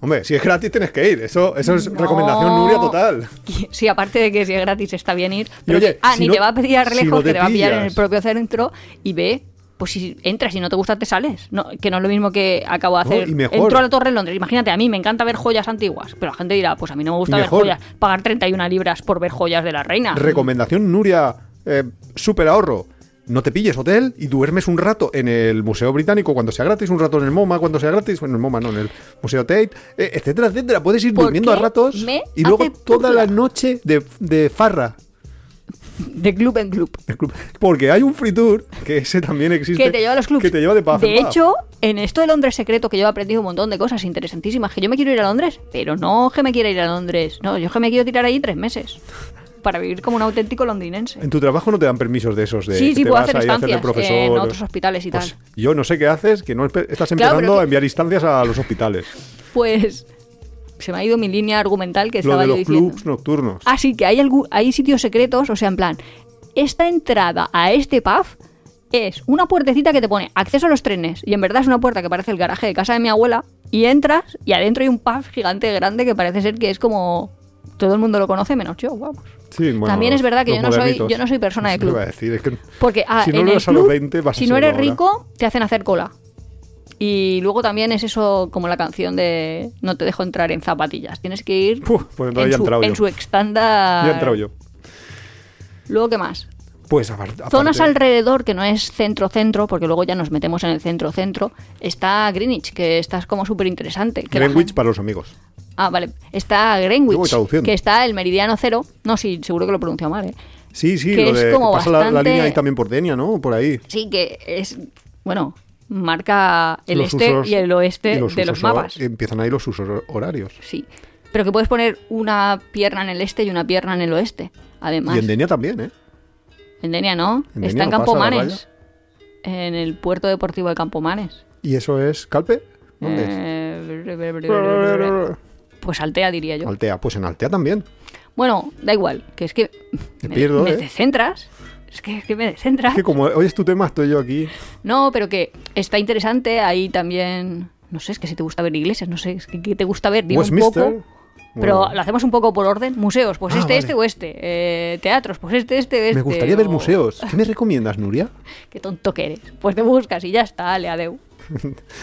S2: hombre, si es gratis tienes que ir. Eso, eso es recomendación
S1: no.
S2: Nuria total.
S1: Sí, aparte de que si es gratis está bien ir. Pero
S2: oye,
S1: que- ah,
S2: si
S1: ni
S2: no-
S1: te va a pedir
S2: si
S1: lejos,
S2: no
S1: que
S2: te
S1: te va a pillar en el
S2: pillas.
S1: propio centro y ve. Pues si entras y no te gusta, te sales. No, que no es lo mismo que acabo de
S2: No,
S1: hacer.
S2: y mejor.
S1: Entro a la Torre de Londres. Imagínate, a mí me encanta ver joyas antiguas. Pero la gente dirá, pues a mí no me gusta
S2: Y
S1: ver
S2: mejor.
S1: joyas. Pagar 31 libras por ver joyas de la reina.
S2: Recomendación Nuria, eh, súper ahorro. No te pilles hotel y duermes un rato en el Museo Británico cuando sea gratis, un rato en el MoMA cuando sea gratis, bueno, en el MoMA no, en el Museo Tate, eh, etcétera, etcétera. Puedes ir
S1: ¿Por
S2: durmiendo a
S1: qué
S2: ratos
S1: me
S2: y luego
S1: hace
S2: toda
S1: pupla?
S2: la noche de, de farra.
S1: De club en club.
S2: El club- Porque hay un free tour, que ese también existe.
S1: Que te lleva a los clubs.
S2: Que te lleva de paz. en
S1: De
S2: paz.
S1: hecho, en esto de Londres secreto, que yo he aprendido un montón de cosas interesantísimas, que yo me quiero ir a Londres, pero no que me quiera ir a Londres. No, yo que me quiero tirar ahí tres meses. Para vivir como un auténtico londinense.
S2: En tu trabajo no te dan permisos de esos de
S1: Sí,
S2: que
S1: sí,
S2: te
S1: puedo
S2: vas
S1: hacer
S2: ahí a hacer de
S1: estancias eh,
S2: profesor.
S1: en otros hospitales y
S2: Pues
S1: tal.
S2: yo no sé qué haces, que no espe-
S1: Claro,
S2: estás
S1: pero
S2: empezando a
S1: que-
S2: enviar instancias a los hospitales.
S1: Pues se me ha ido mi línea argumental que
S2: Lo
S1: estaba
S2: de
S1: yo
S2: los
S1: diciendo.
S2: clubs nocturnos.
S1: Así que hay, algún, hay sitios secretos, o sea, en plan, esta entrada a este pub es una puertecita que te pone acceso a los trenes, y en verdad es una puerta que parece el garaje de casa de mi abuela, y entras y adentro hay un pub gigante grande que parece ser que es como... Todo el mundo lo conoce menos yo, vamos.
S2: Sí, bueno,
S1: También es verdad que
S2: los
S1: yo no soy-
S2: modernitos.
S1: yo no soy persona de
S2: Eso te
S1: club.
S2: iba a decir, es que
S1: Porque ah,
S2: si no
S1: en
S2: lo
S1: el
S2: das a los
S1: club,
S2: 20 vas a
S1: si no
S2: ser
S1: eres
S2: ahora.
S1: rico, te hacen hacer cola. Y luego también es eso como la canción de No te dejo entrar en zapatillas. Tienes que ir
S2: Puh, pues entonces
S1: en,
S2: ya he
S1: su,
S2: entrado yo.
S1: en su estándar.
S2: Ya he entrado yo.
S1: Luego, ¿qué más?
S2: Pues apar- aparte,
S1: Zonas alrededor, que no es centro-centro, porque luego ya nos metemos en el centro-centro, está Greenwich, que está como súper interesante.
S2: Greenwich para los amigos.
S1: Ah, vale. Está
S2: Yo voy
S1: Greenwich,
S2: traduciendo.
S1: que está el meridiano cero. No, sí, seguro que lo he pronunciado mal, ¿eh?
S2: Sí, sí,
S1: Que
S2: lo
S1: es
S2: de
S1: como
S2: que pasa la- la,
S1: bastante-
S2: línea ahí también por Denia, ¿no? Por ahí.
S1: Sí, que es, bueno, marca el
S2: Los
S1: este
S2: usos-
S1: y el oeste
S2: y los
S1: de los
S2: usos hor-
S1: mapas.
S2: Empiezan ahí los usos hor- horarios.
S1: Sí. Pero que puedes poner una pierna en el este y una pierna en el oeste. Además,
S2: Y en Denia también, ¿eh?
S1: en Denia no.
S2: en Denia
S1: está en
S2: no pasa la
S1: Campomanes. En el puerto deportivo de Campomanes.
S2: Y eso es Calpe. ¿Dónde es?
S1: Eh, Pues Altea, diría yo.
S2: Altea, pues en Altea también.
S1: Bueno, da igual, que es que
S2: Te
S1: me,
S2: pierdo,
S1: me
S2: ¿eh?
S1: descentras. Es que, es que me descentras.
S2: Es que como hoy es tu tema, estoy yo aquí.
S1: No, pero que está interesante. Ahí también. No sé, es que si te gusta ver iglesias, no sé, es que ¿qué te gusta ver, dime un
S2: Westminster.
S1: poco. Pero
S2: Bueno,
S1: lo hacemos un poco por orden. Museos, pues
S2: Ah,
S1: este,
S2: vale.
S1: este o este. Eh, teatros, pues este, este, este.
S2: me gustaría ver
S1: o-
S2: museos. ¿Qué me recomiendas, Nuria?
S1: Qué tonto que eres. Pues te buscas y ya está, le adeu.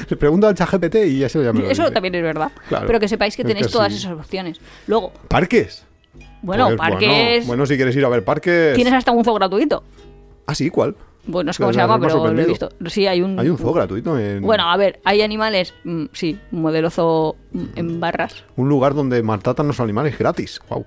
S2: Le pregunto al ChatGPT y ya se lo llamo.
S1: Eso también es verdad.
S2: Claro.
S1: Pero que sepáis que
S2: Es
S1: tenéis
S2: que
S1: todas
S2: sí.
S1: esas opciones. Luego,
S2: ¿Parques?
S1: bueno,
S2: Pues,
S1: parques.
S2: Bueno, bueno, si quieres ir a ver parques.
S1: Tienes hasta un zoo gratuito.
S2: Ah, sí, ¿cuál?
S1: Bueno, no sé cómo
S2: La-
S1: se
S2: la
S1: llama,
S2: norma
S1: pero lo he
S2: sorprendido.
S1: visto. Sí, hay un.
S2: Hay un zoo gratuito en
S1: Bueno, a ver, hay animales. mm, sí, un modelo zoo mm, en barras.
S2: un lugar donde maltratan los animales gratis. Wow.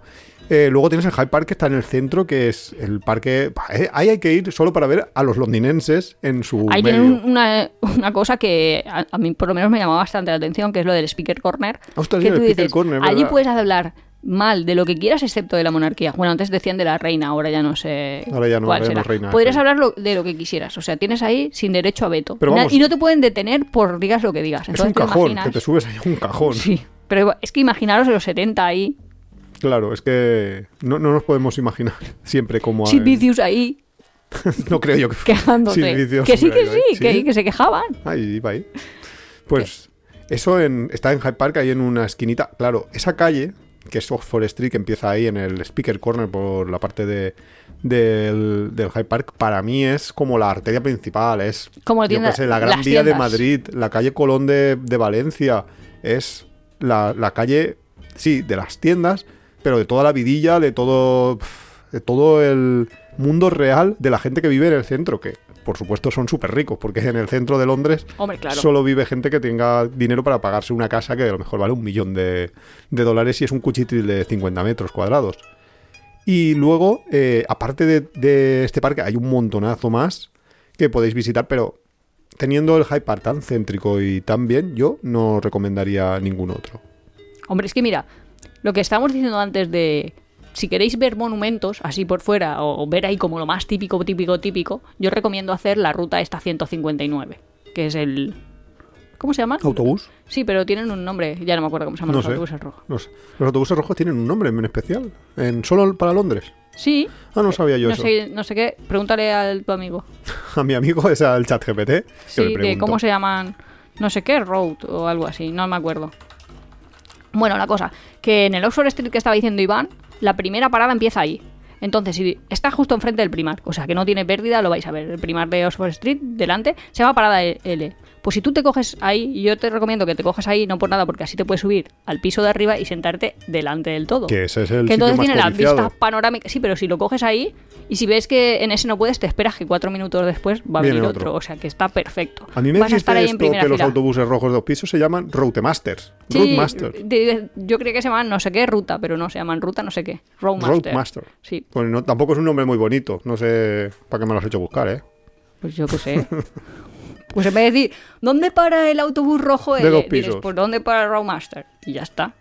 S2: luego tienes el Hyde Park que está en el centro, que es el parque. bah, eh, Ahí hay que ir solo para ver a los londinenses en su
S1: Ahí
S2: medio.
S1: tienen un- una, una cosa que a, a mí por lo menos me llamaba bastante la atención, que es lo del speaker corner.
S2: Ah, Ostras,
S1: que
S2: sí, el speaker corner,
S1: allí
S2: ¿verdad?
S1: puedes hablar mal de lo que quieras excepto de la monarquía. Bueno, antes decían de la reina, ahora ya no sé
S2: Ahora ya no,
S1: cuál
S2: ahora ya
S1: será.
S2: no es reina,
S1: Podrías
S2: sí.
S1: hablar lo- de lo que quisieras, o sea, tienes ahí sin derecho a veto.
S2: Pero
S1: Na-
S2: vamos.
S1: y no te pueden detener por digas lo que digas.
S2: Es un
S1: Entonces te
S2: cajón,
S1: imaginas-
S2: que te subes ahí a un cajón.
S1: Sí, pero igual- es que imaginaros en los 70 ahí,
S2: Claro, es que no, no nos podemos imaginar siempre como.
S1: sin vicios ahí,
S2: no creo yo que.
S1: quejándose.
S2: Sid Vicious
S1: que sí,
S2: hubiera
S1: que
S2: ido
S1: sí,
S2: ahí.
S1: Que, que se quejaban.
S2: Ahí, Ah, iba ahí. Pues eso en, está en Hyde Park, ahí en una esquinita. Claro, esa calle, que es Oxford Street, que empieza ahí en el Speaker Corner por la parte de, del, del Hyde Park para mí es como la arteria principal, es
S1: Como
S2: yo
S1: tienda-
S2: qué sé, la Gran
S1: las
S2: Vía de
S1: tiendas.
S2: Madrid, la calle Colón de, de Valencia, es la, la calle, sí, de las tiendas, pero de toda la vidilla, de todo, pf, de todo el mundo real de la gente que vive en el centro, que por supuesto son súper ricos, porque en el centro de Londres
S1: Hombre, claro.
S2: solo vive gente que tenga dinero para pagarse una casa que a lo mejor vale un millón de, de dólares y es un cuchitril de 50 metros cuadrados. Y luego, eh, aparte de, de este parque, hay un montonazo más que podéis visitar, pero teniendo el Hyde Park tan céntrico y tan bien, yo no recomendaría ningún otro.
S1: Hombre, es que mira, lo que estábamos diciendo antes de. Si queréis ver monumentos así por fuera o ver ahí como lo más típico, típico, típico, yo recomiendo hacer la ruta esta 159, que es el. ¿Cómo se llama?
S2: ¿Autobús?
S1: Sí, pero tienen un nombre, ya no me acuerdo cómo se llaman
S2: Oh. No
S1: los
S2: sé.
S1: autobuses rojos.
S2: No sé. Los autobuses rojos tienen un nombre en especial, en solo para Londres.
S1: Sí,
S2: Ah, no sabía yo
S1: no
S2: eso.
S1: sé, no sé qué, pregúntale al tu amigo.
S2: A mi amigo es al chat GPT.
S1: Sí, de cómo se llaman, no sé qué, Road o algo así, no me acuerdo. Bueno, la cosa, que en el Oxford Street que estaba diciendo Iván, la primera parada empieza ahí. Entonces, si está justo enfrente del primar, o sea que no tiene pérdida, lo vais a ver. El primar de Oxford Street, delante, se llama parada L. Pues si tú te coges ahí, yo te recomiendo que te coges ahí, no por nada, porque así te puedes subir al piso de arriba y sentarte delante del todo.
S2: Que ese es el
S1: Que
S2: sitio
S1: entonces
S2: más
S1: tiene las
S2: codiciado.
S1: vistas panorámicas. Sí, pero si lo coges ahí y si ves que en ese no puedes, te esperas que cuatro minutos después va a
S2: Viene
S1: venir otro.
S2: otro.
S1: O sea que está perfecto.
S2: A mí me
S1: Vas a
S2: dijiste
S1: estar ahí en
S2: esto
S1: primera
S2: que los
S1: fila.
S2: autobuses rojos de dos pisos se llaman Routemasters.
S1: Sí,
S2: Roadmasters.
S1: de- de- yo creo que se llaman no sé qué ruta, pero no se llaman ruta, no sé qué. Roadmaster.
S2: Roadmaster.
S1: Sí,
S2: Pues no, tampoco es un nombre muy bonito. No sé para qué me lo has hecho buscar, ¿eh?
S1: pues yo qué sé. pues en vez de decir, ¿dónde para el autobús rojo
S2: De
S1: L?
S2: dos
S1: Dices,
S2: pisos.
S1: pues ¿dónde para el Roadmaster? Y ya está.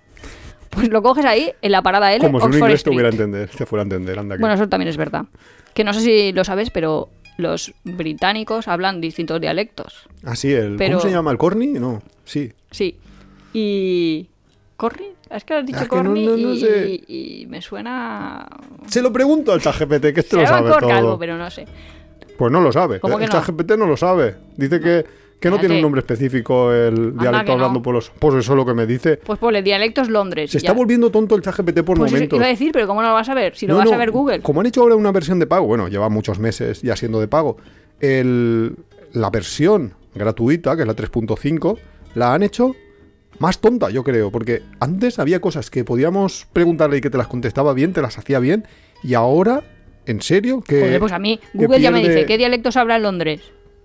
S1: Pues lo coges ahí en la parada L.
S2: Como si un
S1: Oxford
S2: inglés te
S1: Street.
S2: hubiera entender, te fuera a entender. Anda que-
S1: Bueno, eso también es verdad. Que no sé si lo sabes, pero los británicos hablan distintos dialectos.
S2: Ah, sí, el,
S1: pero-
S2: ¿cómo se llama? ¿El Corny? No, sí.
S1: Sí. Y. ¿Corny? Es que has dicho
S2: Ah, Es que no-
S1: Corny
S2: no- no
S1: y,
S2: sé.
S1: y me suena.
S2: Se lo pregunto al ChatGPT, que esto
S1: Se
S2: lo
S1: llama
S2: sabe
S1: Cork
S2: todo.
S1: algo, pero no sé.
S2: Pues no lo sabe.
S1: ¿Cómo que
S2: el
S1: no?
S2: ChatGPT no lo sabe. Dice que, que no
S1: Espérate.
S2: tiene un nombre específico el dialecto
S1: que no.
S2: hablando por los... Pues eso es lo que me dice.
S1: Pues ponle dialectos Londres.
S2: Se
S1: y
S2: está
S1: ya.
S2: volviendo tonto el ChatGPT por
S1: Pues eso
S2: momentos.
S1: iba a decir, pero ¿cómo no lo vas a ver? Si lo
S2: No,
S1: vas
S2: no,
S1: a ver Google.
S2: Como han hecho ahora una versión de pago, bueno, lleva muchos meses ya siendo de pago, el- la versión gratuita, que es la 3.5, la han hecho más tonta, yo creo, porque antes había cosas que podíamos preguntarle y que te las contestaba bien, te las hacía bien, y ahora, en serio, que...
S1: Joder, pues a mí,
S2: que
S1: Google ya me
S2: pierde-
S1: dice, ¿qué dialectos habla en Londres?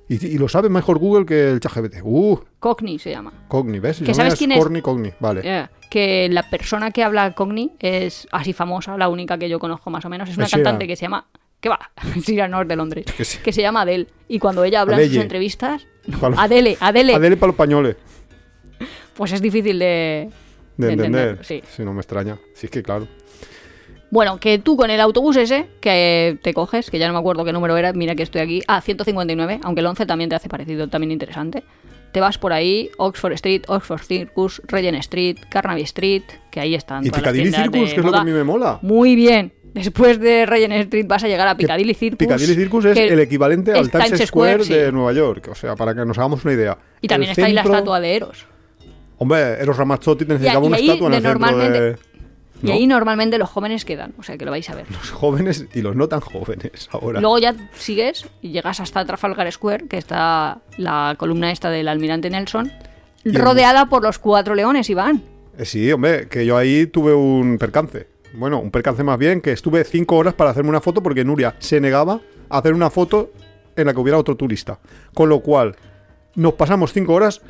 S2: Y, y lo sabe mejor Google que el ChatGPT. Uh,
S1: Cockney se llama.
S2: Cogni, ¿ves?
S1: Que sabes quién es-
S2: Corny, Cogni, vale.
S1: Eh, que la persona que habla Cogni es así famosa, la única que yo conozco más o menos. Es una
S2: Es Sheeran.
S1: cantante que se llama. ¿Qué va? Sira North de Londres.
S2: Que sí.
S1: Que se llama Adele. Y cuando ella habla en sus
S2: Adele.
S1: entrevistas. no,
S2: Palo-
S1: Adele, Adele,
S2: Adele para los pañoles.
S1: Pues es difícil de.
S2: De,
S1: de
S2: entender.
S1: sí.
S2: Si no me extraña. Si es que claro.
S1: Bueno, que tú con el autobús ese que te coges, que ya no me acuerdo qué número era, mira que estoy aquí, a 159, aunque el 11 también te hace parecido, también interesante. Te vas por ahí, Oxford Street, Oxford Circus, Regent Street, Carnaby Street, que ahí están.
S2: Y
S1: todas las
S2: Piccadilly
S1: tiendas de
S2: Circus, que es lo que
S1: moda.
S2: a mí me mola.
S1: Muy bien. Después de Regent Street vas a llegar a
S2: que
S1: Piccadilly Circus.
S2: Piccadilly Circus es
S1: Pues, que
S2: el equivalente al
S1: es
S2: Times Square,
S1: sí.
S2: de Nueva York. O sea, para que nos hagamos una idea.
S1: Y también
S2: El
S1: está ahí la
S2: centro-
S1: estatua de Eros.
S2: Hombre, Eros Ramazzotti necesitaba
S1: Y- y
S2: una
S1: ahí
S2: estatua en
S1: de
S2: el centro
S1: normalmente-
S2: de
S1: Y
S2: ¿No?
S1: ahí normalmente los jóvenes quedan, o sea que lo vais a ver.
S2: los pues, jóvenes y los no tan jóvenes ahora.
S1: Luego ya sigues y llegas hasta Trafalgar Square, que está la columna esta del almirante Nelson,
S2: Y-
S1: rodeada por los cuatro leones, Iván.
S2: Eh, Sí, hombre, que yo ahí tuve un percance. Bueno, un percance más bien, que estuve cinco horas para hacerme una foto porque Nuria se negaba a hacer una foto en la que hubiera otro turista. Con lo cual, nos pasamos cinco horas.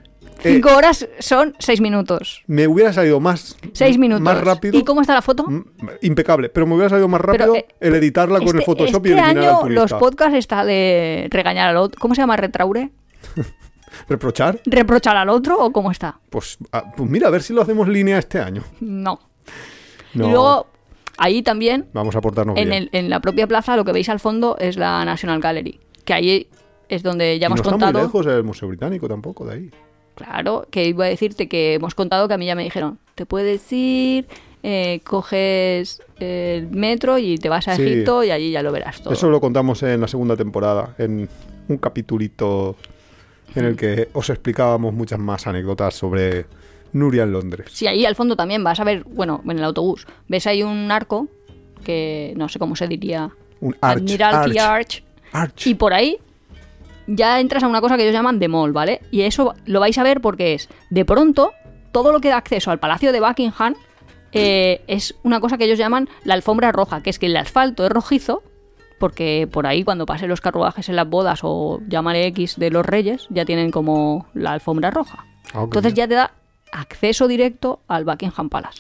S2: eh,
S1: Cinco horas son seis minutos.
S2: me hubiera salido más,
S1: Seis minutos.
S2: más rápido.
S1: ¿Y cómo está la foto?
S2: Mm, Impecable, pero me hubiera salido más
S1: Pero,
S2: rápido
S1: eh,
S2: el editarla con el
S1: Este-
S2: Photoshop y
S1: este
S2: eliminar al
S1: año
S2: turista.
S1: los podcasts está de regañar al otro. ¿Cómo se llama? ¿Retraure?
S2: ¿Reprochar?
S1: ¿Reprochar al otro o cómo está?
S2: Pues, ah, pues mira, a ver si lo hacemos línea este año.
S1: No.
S2: No,
S1: Y luego, ahí también,
S2: vamos a portarnos
S1: en,
S2: bien.
S1: el- en la propia plaza, lo que veis al fondo es la National Gallery, que ahí es donde ya
S2: Y no
S1: hemos
S2: está
S1: contado.
S2: muy lejos el Museo Británico tampoco, de ahí.
S1: Claro, que iba a decirte que hemos contado que a mí ya me dijeron, te puedes ir, eh, coges el metro y te vas a
S2: Sí.
S1: Egipto y allí ya lo verás todo.
S2: Eso lo contamos en la segunda temporada, en un capitulito en el que os explicábamos muchas más anécdotas sobre Nuria en Londres.
S1: Sí, ahí al fondo también vas a ver, bueno, en el autobús, ves ahí un arco que no sé cómo se diría
S2: Un arch.
S1: Admiralty
S2: arch,
S1: Arch.
S2: arch.
S1: Y por ahí ya entras a una cosa que ellos llaman The Mall, ¿vale? Y eso lo vais a ver porque es, de pronto, todo lo que da acceso al Palacio de Buckingham eh, es una cosa que ellos llaman la alfombra roja, que es que el asfalto es rojizo, porque por ahí cuando pasen los carruajes en las bodas o llámale X de los reyes, ya tienen como la alfombra roja.
S2: Ah, qué
S1: Entonces ya
S2: bien.
S1: te da acceso directo al Buckingham Palace.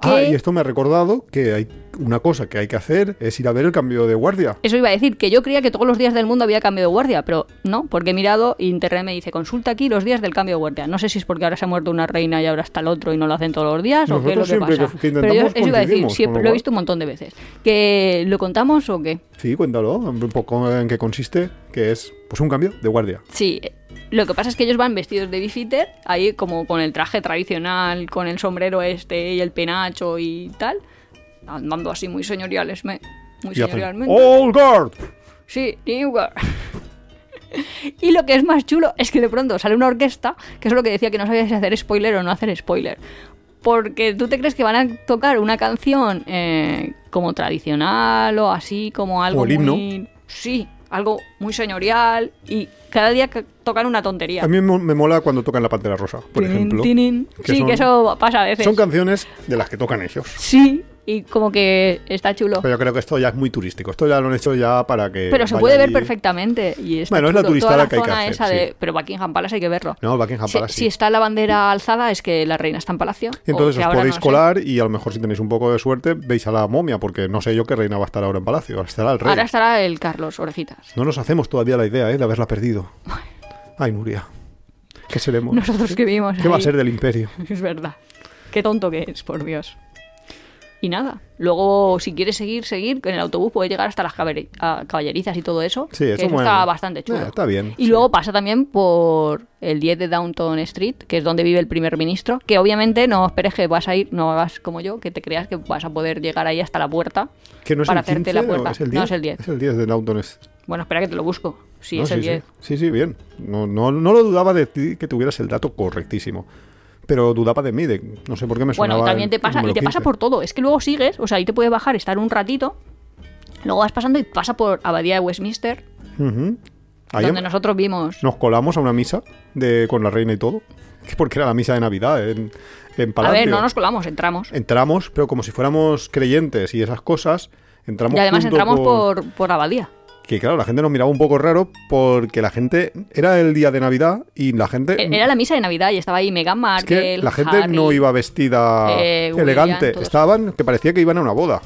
S2: Ah,
S1: Que-
S2: y esto me ha recordado que hay una cosa que hay que hacer es ir a ver el cambio de guardia.
S1: Eso iba a decir, que yo creía que todos los días del mundo había cambio de guardia, pero no, porque he mirado y internet me dice, consulta aquí los días del cambio de guardia. No sé si es porque ahora se ha muerto una reina y ahora está el otro y no lo hacen todos los días o qué es lo
S2: Nosotros
S1: que
S2: siempre
S1: pasa.
S2: que- que
S1: pero yo
S2: intentamos
S1: eso iba a decir,
S2: coincidimos, con
S1: siempre
S2: lo
S1: lo he
S2: cual-
S1: visto un montón de veces. ¿Que lo contamos o qué?
S2: Sí, cuéntalo un poco en qué consiste, que es pues un cambio de guardia.
S1: Sí, eh, lo que pasa es que ellos van vestidos de bifiter, ahí como con el traje tradicional, con el sombrero este y el penacho y tal, andando así muy señoriales, me- muy
S2: Y hacen "Oh,
S1: señorialmente.
S2: All Guard.
S1: Sí, New Girl. Y lo que es más chulo es que de pronto sale una orquesta, que es lo que decía que no sabías si hacer spoiler o no hacer spoiler. Porque tú te crees que van a tocar una canción eh, como tradicional o así, como algo
S2: O el himno.
S1: muy... Sí, algo muy señorial y cada día ca- tocan una tontería.
S2: A mí mo- me mola cuando tocan la Pantera Rosa, por
S1: Tinin,
S2: ejemplo.
S1: tinin.
S2: que
S1: sí,
S2: son-
S1: que eso pasa a veces.
S2: Son canciones de las que tocan ellos.
S1: sí, y como que está chulo.
S2: Pero yo creo que esto ya es muy turístico. Esto ya lo han hecho ya para que.
S1: Pero se
S2: Eh, vaya
S1: puede ver
S2: allí.
S1: perfectamente. Y está
S2: Bueno, es la
S1: chulo.
S2: turistada
S1: Toda la
S2: que hay que
S1: zona
S2: hacer,
S1: esa
S2: sí.
S1: de- Pero Buckingham Palace hay que verlo.
S2: No, Buckingham
S1: Si,
S2: Palace.
S1: si
S2: Ah, sí.
S1: está la bandera alzada es que la reina está en palacio.
S2: Y entonces
S1: o que
S2: os
S1: ahora
S2: podéis
S1: no lo sé.
S2: colar y a lo mejor si tenéis un poco de suerte veis a la momia, porque no sé yo qué reina va a estar ahora en palacio. Ahora estará el rey.
S1: Ahora estará el Carlos Orejitas.
S2: No nos hacemos todavía la idea ¿eh? de haberla perdido. Ay, Nuria. ¿Qué seremos?
S1: Nosotros que vimos.
S2: ¿Qué va a
S1: ahí.
S2: ser del imperio?
S1: Es verdad. Qué tonto que es, por Dios. Y nada. Luego, si quieres seguir, seguir, en el autobús puedes llegar hasta las cabere- a- caballerizas y todo eso.
S2: Sí,
S1: que
S2: eso mola.
S1: está bastante chulo.
S2: Eh, está bien,
S1: Y
S2: sí.
S1: luego pasa también por el 10 de Downton Street, que es donde vive el primer ministro. Que obviamente no esperes que vas a ir, no hagas como yo, que te creas que vas a poder llegar ahí hasta la puerta
S2: ¿Que no es
S1: para
S2: el
S1: hacerte
S2: 15
S1: la
S2: o
S1: puerta.
S2: es el 10?
S1: no es el 10.
S2: Es el 10 de Downton Street.
S1: Bueno, espera que te lo busco. Sí,
S2: No,
S1: es el
S2: Ah, sí,
S1: 10.
S2: Sí, sí, sí, bien. No, no, no lo dudaba de ti que tuvieras el dato correctísimo. Pero dudaba de mí, de, no sé por qué me sonaba.
S1: Bueno, también
S2: el-
S1: te
S2: el
S1: pasa, y
S2: número
S1: te pasa
S2: 15.
S1: por todo. Es que luego sigues, o sea, ahí te puedes bajar, estar un ratito, luego vas pasando y pasa por Abadía de Westminster,
S2: Ujú. Ahí
S1: donde
S2: em-
S1: nosotros vimos.
S2: nos colamos a una misa de, con la reina y todo. Que Porque era la misa de Navidad en, en
S1: a
S2: Palacio.
S1: ver, no nos colamos, entramos.
S2: Entramos, pero como si fuéramos creyentes y esas cosas, entramos
S1: Y además
S2: junto
S1: entramos
S2: con-
S1: por, por Abadía.
S2: Que claro, la gente nos miraba un poco raro porque la gente... Era el día de Navidad y la gente...
S1: E- Era la misa de Navidad y estaba ahí Meghan
S2: Eh, Es
S1: Markle.
S2: que la gente
S1: Harry.
S2: no iba vestida
S1: eh, William,
S2: elegante.
S1: todos.
S2: Estaban que parecía que iban a una boda.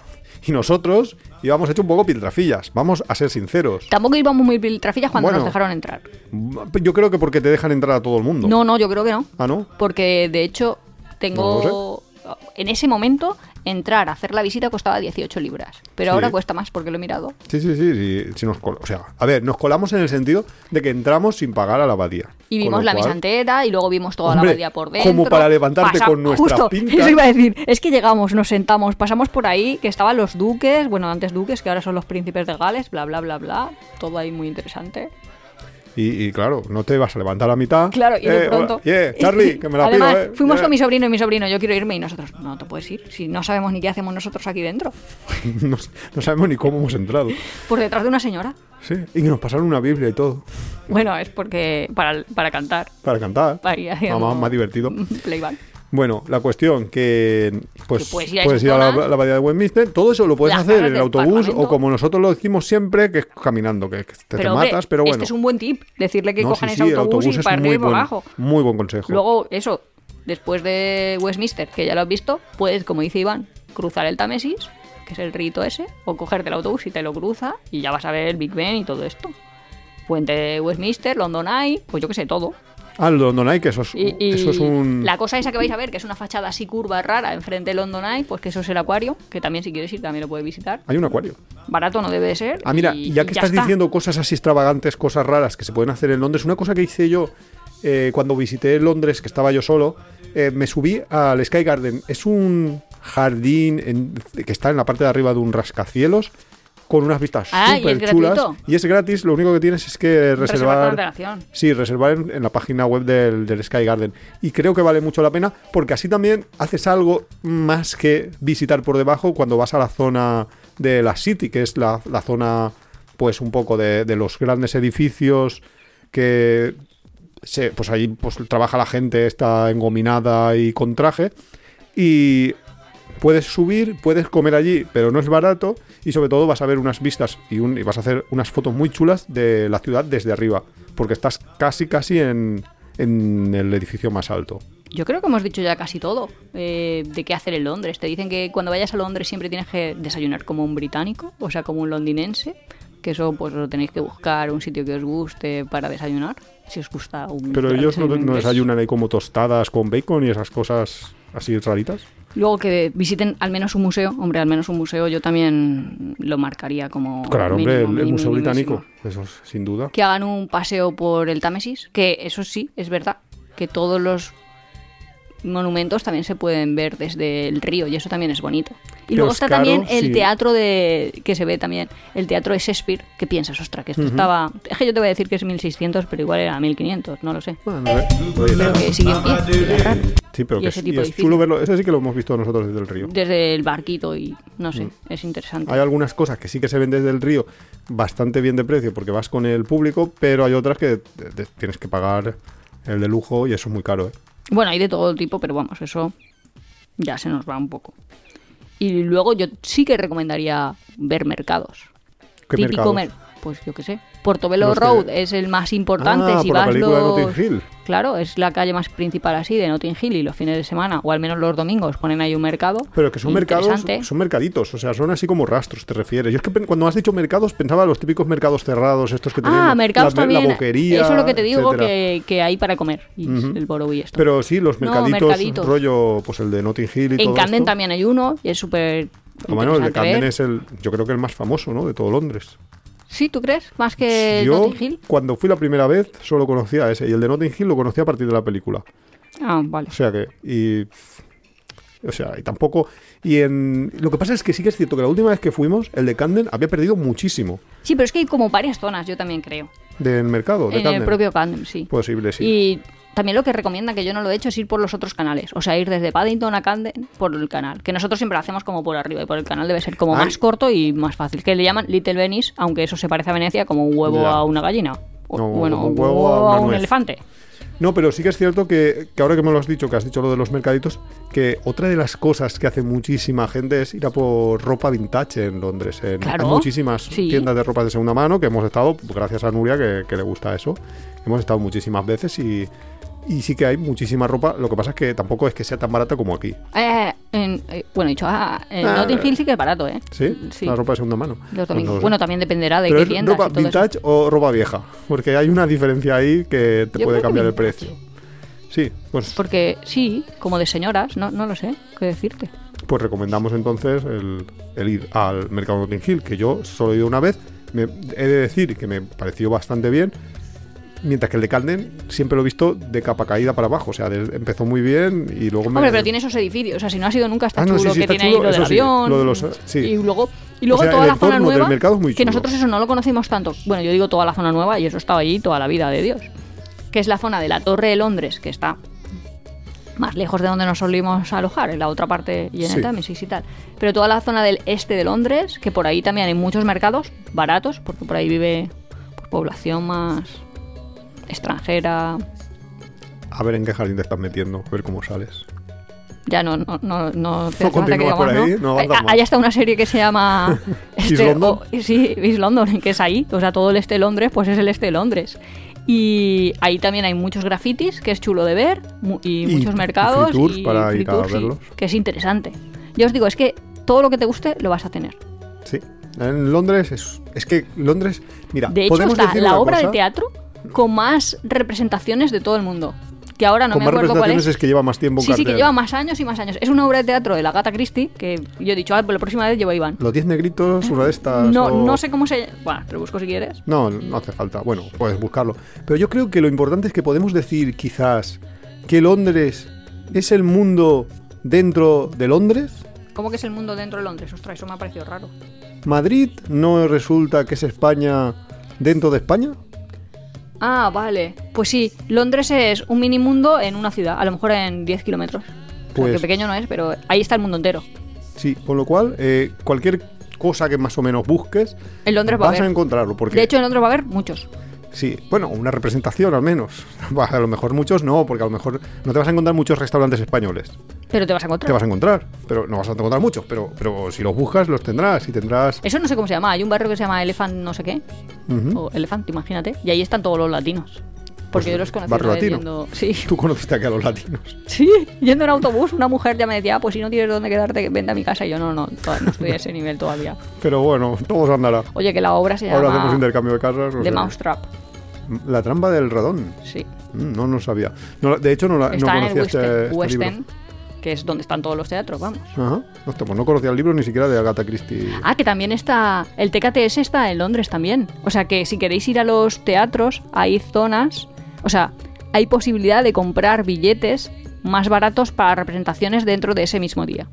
S2: Y nosotros íbamos hecho un poco piltrafillas. Vamos a ser sinceros.
S1: Tampoco íbamos muy piltrafillas cuando
S2: Bueno.
S1: nos dejaron entrar.
S2: Yo creo que porque te dejan entrar a todo el mundo.
S1: No, no, yo creo que no.
S2: Ah, ¿no?
S1: Porque de hecho,
S2: No
S1: tengo. En ese momento, entrar a hacer la visita costaba 18 libras. Pero
S2: Sí.
S1: ahora cuesta más porque lo he mirado.
S2: Sí, sí, sí. sí, sí nos col- o sea, a ver, nos colamos en el sentido de que entramos sin pagar a la abadía.
S1: Y
S2: Con
S1: vimos
S2: lo
S1: la
S2: cual-
S1: misa entera y luego vimos toda
S2: Hombre,
S1: la abadía por
S2: como
S1: dentro.
S2: para levantarte con nuestra
S1: justo,
S2: pinta.
S1: Eso iba a decir. Es que llegamos, nos sentamos, pasamos por ahí, que estaban los duques, bueno, antes duques, que ahora son los príncipes de Gales, bla, bla, bla, bla. Todo ahí muy interesante.
S2: Y, y claro, no te vas a levantar a la mitad.
S1: Claro, y de
S2: Eh,
S1: pronto.
S2: hola, yeah, Charlie, que me la
S1: Además,
S2: pido, eh.
S1: fuimos
S2: Yeah.
S1: con mi sobrino y mi sobrino, yo quiero irme y nosotros, no te puedes ir, si no sabemos ni qué hacemos nosotros aquí dentro.
S2: no, no sabemos ni cómo hemos entrado.
S1: Por detrás de una señora.
S2: Sí. Y que nos pasaron una Biblia y todo.
S1: Bueno, es porque para, para cantar.
S2: Para cantar.
S1: Para ir haciendo
S2: Más- más divertido.
S1: Playback.
S2: Bueno, la cuestión que pues
S1: Que
S2: puedes
S1: puedes
S2: ir
S1: ir
S2: a,
S1: a esas
S2: la,
S1: zonas.
S2: la abadía de Westminster, todo eso lo puedes
S1: Las
S2: hacer
S1: zonas
S2: en el
S1: del
S2: autobús
S1: Parlamento.
S2: o como nosotros lo hicimos siempre, que es caminando, que, que te, te
S1: hombre,
S2: matas, pero bueno.
S1: Este es un buen tip, decirle que
S2: No,
S1: cojan
S2: sí,
S1: ese
S2: sí, el
S1: autobús, y
S2: es
S1: para arriba
S2: muy
S1: y para
S2: buen,
S1: abajo.
S2: Muy buen consejo.
S1: Luego, eso, después de Westminster, que ya lo has visto, puedes, como dice Iván, cruzar el Támesis, que es el rito ese, o cogerte el autobús y te lo cruza y ya vas a ver el Big Ben y todo esto. Puente de Westminster, London Eye, pues yo que sé, todo.
S2: ah, el London Eye, que eso es,
S1: Y, y
S2: Oh, eso es un...
S1: la cosa esa que vais a ver, que es una fachada así curva rara enfrente de London Eye, pues que eso es el acuario, que también si quieres ir también lo puedes visitar.
S2: Hay un acuario.
S1: Barato no debe de ser.
S2: Ah, mira,
S1: y-
S2: ya
S1: y
S2: que estás
S1: está.
S2: diciendo cosas así extravagantes, cosas raras que se pueden hacer en Londres, una cosa que hice yo eh, cuando visité Londres, que estaba yo solo, eh, me subí al Sky Garden. Es un jardín en- que está en la parte de arriba de un rascacielos con unas vistas
S1: Ah, y es
S2: súper chulas.
S1: gratuito.
S2: Y es gratis, lo único que tienes es que
S1: Reservar
S2: reservar.
S1: con antelación.
S2: Sí, reservar en, en la página web del, del Sky Garden. Y creo que vale mucho la pena porque así también haces algo más que visitar por debajo cuando vas a la zona de la City, que es la, la zona, pues un poco de, de los grandes edificios que se- pues ahí pues, trabaja la gente, está engominada y con traje. Y puedes subir, puedes comer allí, pero no es barato. Y sobre todo vas a ver unas vistas y, un- y vas a hacer unas fotos muy chulas de la ciudad desde arriba. Porque estás casi, casi en, en el edificio más alto.
S1: Yo creo que hemos dicho ya casi todo eh, de qué hacer en Londres. Te dicen que cuando vayas a Londres siempre tienes que desayunar como un británico, o sea, como un londinense. Que eso pues lo tenéis que buscar, un sitio que os guste para desayunar, si os gusta un
S2: Pero ellos no,
S1: desayuno
S2: no
S1: inglés.
S2: desayunan ahí como tostadas con bacon y esas cosas así raritas.
S1: Luego que visiten al menos un museo, hombre, al menos un museo yo también lo marcaría como...
S2: Claro,
S1: mínimo,
S2: hombre, el, el
S1: Oh, mínimo,
S2: Museo
S1: mínimo.
S2: Británico, eso es, sin duda.
S1: que hagan un paseo por el Támesis, que eso sí, es verdad, que todos los monumentos también se pueden ver desde el río y eso también es bonito. Y
S2: Que
S1: luego
S2: es
S1: está
S2: caro,
S1: también el
S2: sí.
S1: teatro de que se ve también, el teatro de Shakespeare, que piensas, ostras, que esto estaba... Es que yo te voy a decir que es 1600, pero igual era 1500, no lo sé.
S2: Bueno, eh, oye,
S1: Pero que sigue en pie, y es raro.
S2: Sí, pero
S1: Y
S2: que
S1: ese
S2: es,
S1: tipo
S2: y
S1: de
S2: es
S1: edificio.
S2: chulo verlo. Ese sí que lo hemos visto nosotros desde el río.
S1: desde el barquito y no sé, es interesante.
S2: Hay algunas cosas que sí que se ven desde el río bastante bien de precio porque vas con el público, pero hay otras que te- te- tienes que pagar el de lujo y eso es muy caro. ¿eh?
S1: Bueno, hay de todo tipo, pero vamos, eso ya se nos va un poco. Y luego yo sí que recomendaría ver mercados.
S2: ¿Qué
S1: típico
S2: mercados?
S1: mer- pues yo qué sé. Portobelo
S2: Los que-
S1: Road es el más importante.
S2: Ah,
S1: si
S2: por la
S1: vas
S2: película de
S1: los-
S2: Notting Hill.
S1: Claro, es la calle más principal así de Notting Hill y los fines de semana, o al menos los domingos, ponen ahí un mercado.
S2: Pero que son mercados,
S1: interesante.
S2: son mercaditos, o sea, son así como rastros, te refieres. Yo es que pen- cuando has dicho mercados pensaba los típicos mercados cerrados, estos que tenían
S1: Ah, mercados
S2: la,
S1: también.
S2: la boquería.
S1: Eso es lo que te digo
S2: etcétera.
S1: que, que hay para comer. Y El boro y esto.
S2: Pero sí, los
S1: No,
S2: mercaditos,
S1: mercaditos.
S2: rollo, pues el de Notting Hill y
S1: en
S2: todo
S1: Camden
S2: esto.
S1: también hay uno y es súper.
S2: Ah, Bueno, el
S1: interesante
S2: de
S1: ¿eh?
S2: Camden
S1: ver.
S2: es el, yo creo que el más famoso, ¿no? De todo Londres.
S1: Sí, ¿tú crees? Más que
S2: Yo,
S1: Notting Hill.
S2: cuando fui la primera vez, solo conocía ese. Y el de Notting Hill lo conocí a partir de la película.
S1: Ah, vale.
S2: O sea que. Y. O sea, y tampoco. Y en. Lo que pasa es que sí que es cierto que la última vez que fuimos, el de Camden había perdido muchísimo
S1: Sí, pero es que hay como varias zonas, yo también creo.
S2: del mercado. De
S1: en
S2: Camden.
S1: el propio Camden, sí.
S2: Posible, sí.
S1: Y también lo que recomienda, que yo no lo he hecho, es ir por los otros canales. O sea, ir desde Paddington a Camden por el canal. Que nosotros siempre lo hacemos como por arriba y por el canal debe ser como
S2: Ay.
S1: más corto y más fácil. Que le llaman Little Venice, aunque eso se parece a Venecia como un huevo
S2: Ya.
S1: a una gallina. O,
S2: No,
S1: bueno,
S2: como
S1: un
S2: un
S1: huevo,
S2: huevo a una
S1: a un
S2: nuez.
S1: elefante.
S2: No, pero sí que es cierto que, que ahora que me lo has dicho, que has dicho lo de los mercaditos, que otra de las cosas que hace muchísima gente es ir a por ropa vintage en Londres. En,
S1: Claro,
S2: Hay muchísimas
S1: sí.
S2: tiendas de ropa de segunda mano que hemos estado, gracias a Nuria que, que le gusta eso, hemos estado muchísimas veces y, y sí que hay muchísima ropa. Lo que pasa es que tampoco es que sea tan barata como aquí.
S1: Eh, en- eh, bueno, dicho, ah, en
S2: Ah.
S1: Notting Hill sí que es barato, ¿eh?
S2: ¿Sí?
S1: Sí.
S2: La ropa de segunda mano.
S1: Los
S2: Pues no
S1: domingos.
S2: lo sé.
S1: Bueno, también dependerá de
S2: ¿Pero
S1: qué
S2: es
S1: tiendas
S2: ropa
S1: y todo eso.
S2: vintage o ropa vieja? Porque hay una diferencia ahí que te
S1: Yo creo
S2: puede
S1: que
S2: cambiar el
S1: vintage.
S2: precio. Sí, pues
S1: Porque sí, como de señoras, no, no lo sé, qué decirte.
S2: pues recomendamos entonces el, el ir al mercado de Notting Hill, que yo solo he ido una vez. Me, he de decir que me pareció bastante bien. Mientras que el de Camden siempre lo he visto de capa caída para abajo. O sea, de- empezó muy bien y luego me.
S1: Hombre, pero tiene esos edificios. O sea, si no ha sido nunca, está
S2: Ah, no,
S1: chulo.
S2: sí, sí,
S1: que
S2: está
S1: tiene
S2: chulo,
S1: ahí lo del
S2: eso sí,
S1: avión.
S2: lo de los- sí.
S1: Y luego, y luego
S2: O sea,
S1: toda
S2: el
S1: la zona
S2: entorno del
S1: nueva.
S2: mercado es muy
S1: que
S2: chulo.
S1: nosotros eso no lo conocemos tanto. Bueno, yo digo toda la zona nueva y eso estaba allí toda la vida de Dios. Que es la zona de la Torre de Londres, que está más lejos de donde nos solimos alojar, en la otra parte y en
S2: Sí.
S1: el Támesis y tal. Pero toda la zona del este de Londres, que por ahí también hay muchos mercados baratos, porque por ahí vive pues, población más extranjera.
S2: A ver en qué jardín te estás metiendo, a ver cómo sales.
S1: Ya no, no, no, no te
S2: No
S1: hace falta que
S2: continúas por
S1: digamos,
S2: ahí, no
S1: Hay-
S2: avanzas más.
S1: Hay hasta una serie que se llama Este,
S2: Is London?
S1: o- sí, Is London, que es ahí. O sea, todo el este de Londres, pues es el este de Londres. Y ahí también hay muchos grafitis, que es chulo de ver, mu- y,
S2: Y
S1: muchos
S2: free
S1: mercados.
S2: tours
S1: y
S2: para
S1: free
S2: ir a
S1: tours, sí,
S2: verlos.
S1: que es interesante. Yo os digo, es que todo lo que te guste lo vas a tener.
S2: Sí. En Londres es. Es que Londres. Mira,
S1: De hecho,
S2: podemos
S1: está
S2: decir
S1: la
S2: una
S1: obra
S2: cosa,
S1: de teatro con más representaciones de todo el mundo. Que ahora no
S2: con
S1: me
S2: más
S1: acuerdo cuál
S2: representaciones
S1: es.
S2: es. que lleva más tiempo en
S1: Sí, sí, que
S2: cartel.
S1: lleva más años y más años. Es una obra de teatro de la gata Christie que yo he dicho, ah, pues la próxima vez llevo a Iván.
S2: Los 10 negritos, una de estas.
S1: No,
S2: o-
S1: no sé cómo se. Bueno, te lo busco si quieres.
S2: No, no hace falta. Bueno, puedes buscarlo. Pero yo creo que lo importante es que podemos decir quizás que Londres es el mundo dentro de Londres.
S1: ¿Cómo que es el mundo dentro de Londres? Ostras, eso me ha parecido raro.
S2: Madrid no resulta que es España dentro de España.
S1: Ah, vale. Pues sí, Londres es un mini mundo en una ciudad, a lo mejor en 10 kilómetros. O sea,
S2: Pues-
S1: que pequeño no es, pero ahí está el mundo entero.
S2: Sí, con lo cual eh, cualquier cosa que más o menos busques,
S1: En Londres va a
S2: vas a
S1: haber.
S2: encontrarlo. Porque
S1: De hecho, en Londres va a haber muchos.
S2: Sí, bueno, una representación al menos. A lo mejor muchos no, porque a lo mejor no te vas a encontrar muchos restaurantes españoles.
S1: Pero te vas a
S2: Te
S1: encontrar.
S2: vas a encontrar, pero no vas a encontrar muchos, pero, pero si los buscas, los tendrás y tendrás...
S1: Eso no sé cómo se llama. Hay un barrio que se llama Elephant no sé qué.
S2: Ujú.
S1: O Elephant, imagínate. Y ahí están todos los latinos. Porque
S2: ¿Mm? Pues,
S1: yo los conocí
S2: barrio
S1: una vez
S2: latino.
S1: yendo- Sí,
S2: Tú conociste aquí a los latinos.
S1: sí. Yendo en autobús, una mujer ya me decía, "Ah, pues si no tienes dónde quedarte, vente a mi casa. Y yo, no, no, todavía no estoy a ese nivel todavía.
S2: Pero bueno, todo andará.
S1: Oye, que la obra se
S2: Ahora hacemos
S1: llama
S2: intercambio de casas. no
S1: The
S2: sé.
S1: Mousetrap.
S2: La trampa del radón.
S1: Sí.
S2: Mm, No, no sabía. No, de hecho, no, la, no
S1: Está en el
S2: conocía
S1: West
S2: este,
S1: End,
S2: este
S1: West
S2: libro.
S1: End, que es donde están todos los teatros, vamos.
S2: Ajá. Hostia, pues no conocía el libro ni siquiera de Agatha Christie.
S1: Ah, que también está. El TKTS está en Londres también. O sea que si queréis ir a los teatros, hay zonas. O sea, hay posibilidad de comprar billetes más baratos para representaciones dentro de ese mismo día.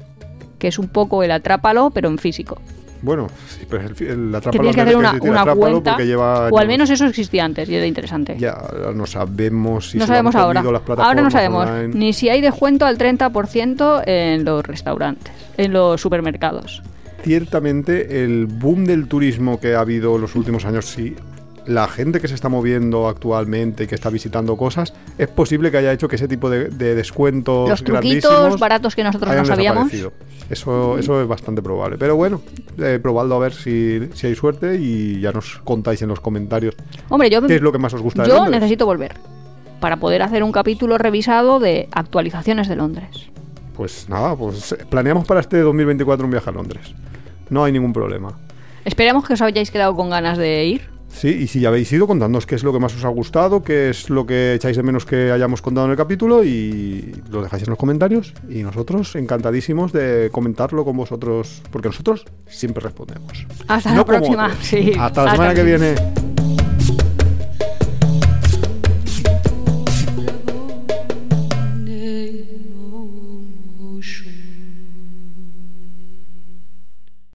S1: Que es un poco el atrápalo, pero en físico.
S2: Bueno, sí, pero el, el
S1: Que
S2: atrápalo
S1: tienes que
S2: antes
S1: hacer
S2: de
S1: una,
S2: existir,
S1: una
S2: atrápalo
S1: cuenta.
S2: porque lleva
S1: o al
S2: años.
S1: menos eso existía antes y era interesante.
S2: Ya ahora no sabemos si
S1: no
S2: se lo
S1: sabemos
S2: han
S1: ahora.
S2: comido las
S1: Ahora no
S2: plataformas
S1: sabemos
S2: online.
S1: ni si hay descuento al 30% en los restaurantes, en los supermercados.
S2: Ciertamente el boom del turismo que ha habido en los últimos años, sí. La gente que se está moviendo actualmente y que está visitando cosas, es posible que haya hecho que ese tipo de, de descuentos
S1: Los truquitos
S2: grandísimos
S1: baratos que nosotros no
S2: hayan
S1: sabíamos.
S2: desaparecido. Eso, eso es bastante probable. Pero bueno, eh, probadlo a ver si, si hay suerte y ya nos contáis en los comentarios
S1: Hombre, yo,
S2: qué es lo que más os gusta de
S1: yo
S2: Londres.
S1: necesito volver para poder hacer un capítulo revisado de actualizaciones de Londres.
S2: Pues nada, pues eh, planeamos para este 2024 un viaje a Londres. No hay ningún problema.
S1: Esperemos que os hayáis quedado con ganas de ir.
S2: Sí, y si ya habéis ido, contadnos qué es lo que más os ha gustado, qué es lo que echáis de menos que hayamos contado en el capítulo y lo dejáis en los comentarios. Y nosotros encantadísimos de comentarlo con vosotros, porque nosotros siempre respondemos.
S1: Hasta
S2: No
S1: la
S2: como
S1: próxima.
S2: otros.
S1: Sí.
S2: Hasta la semana que viene.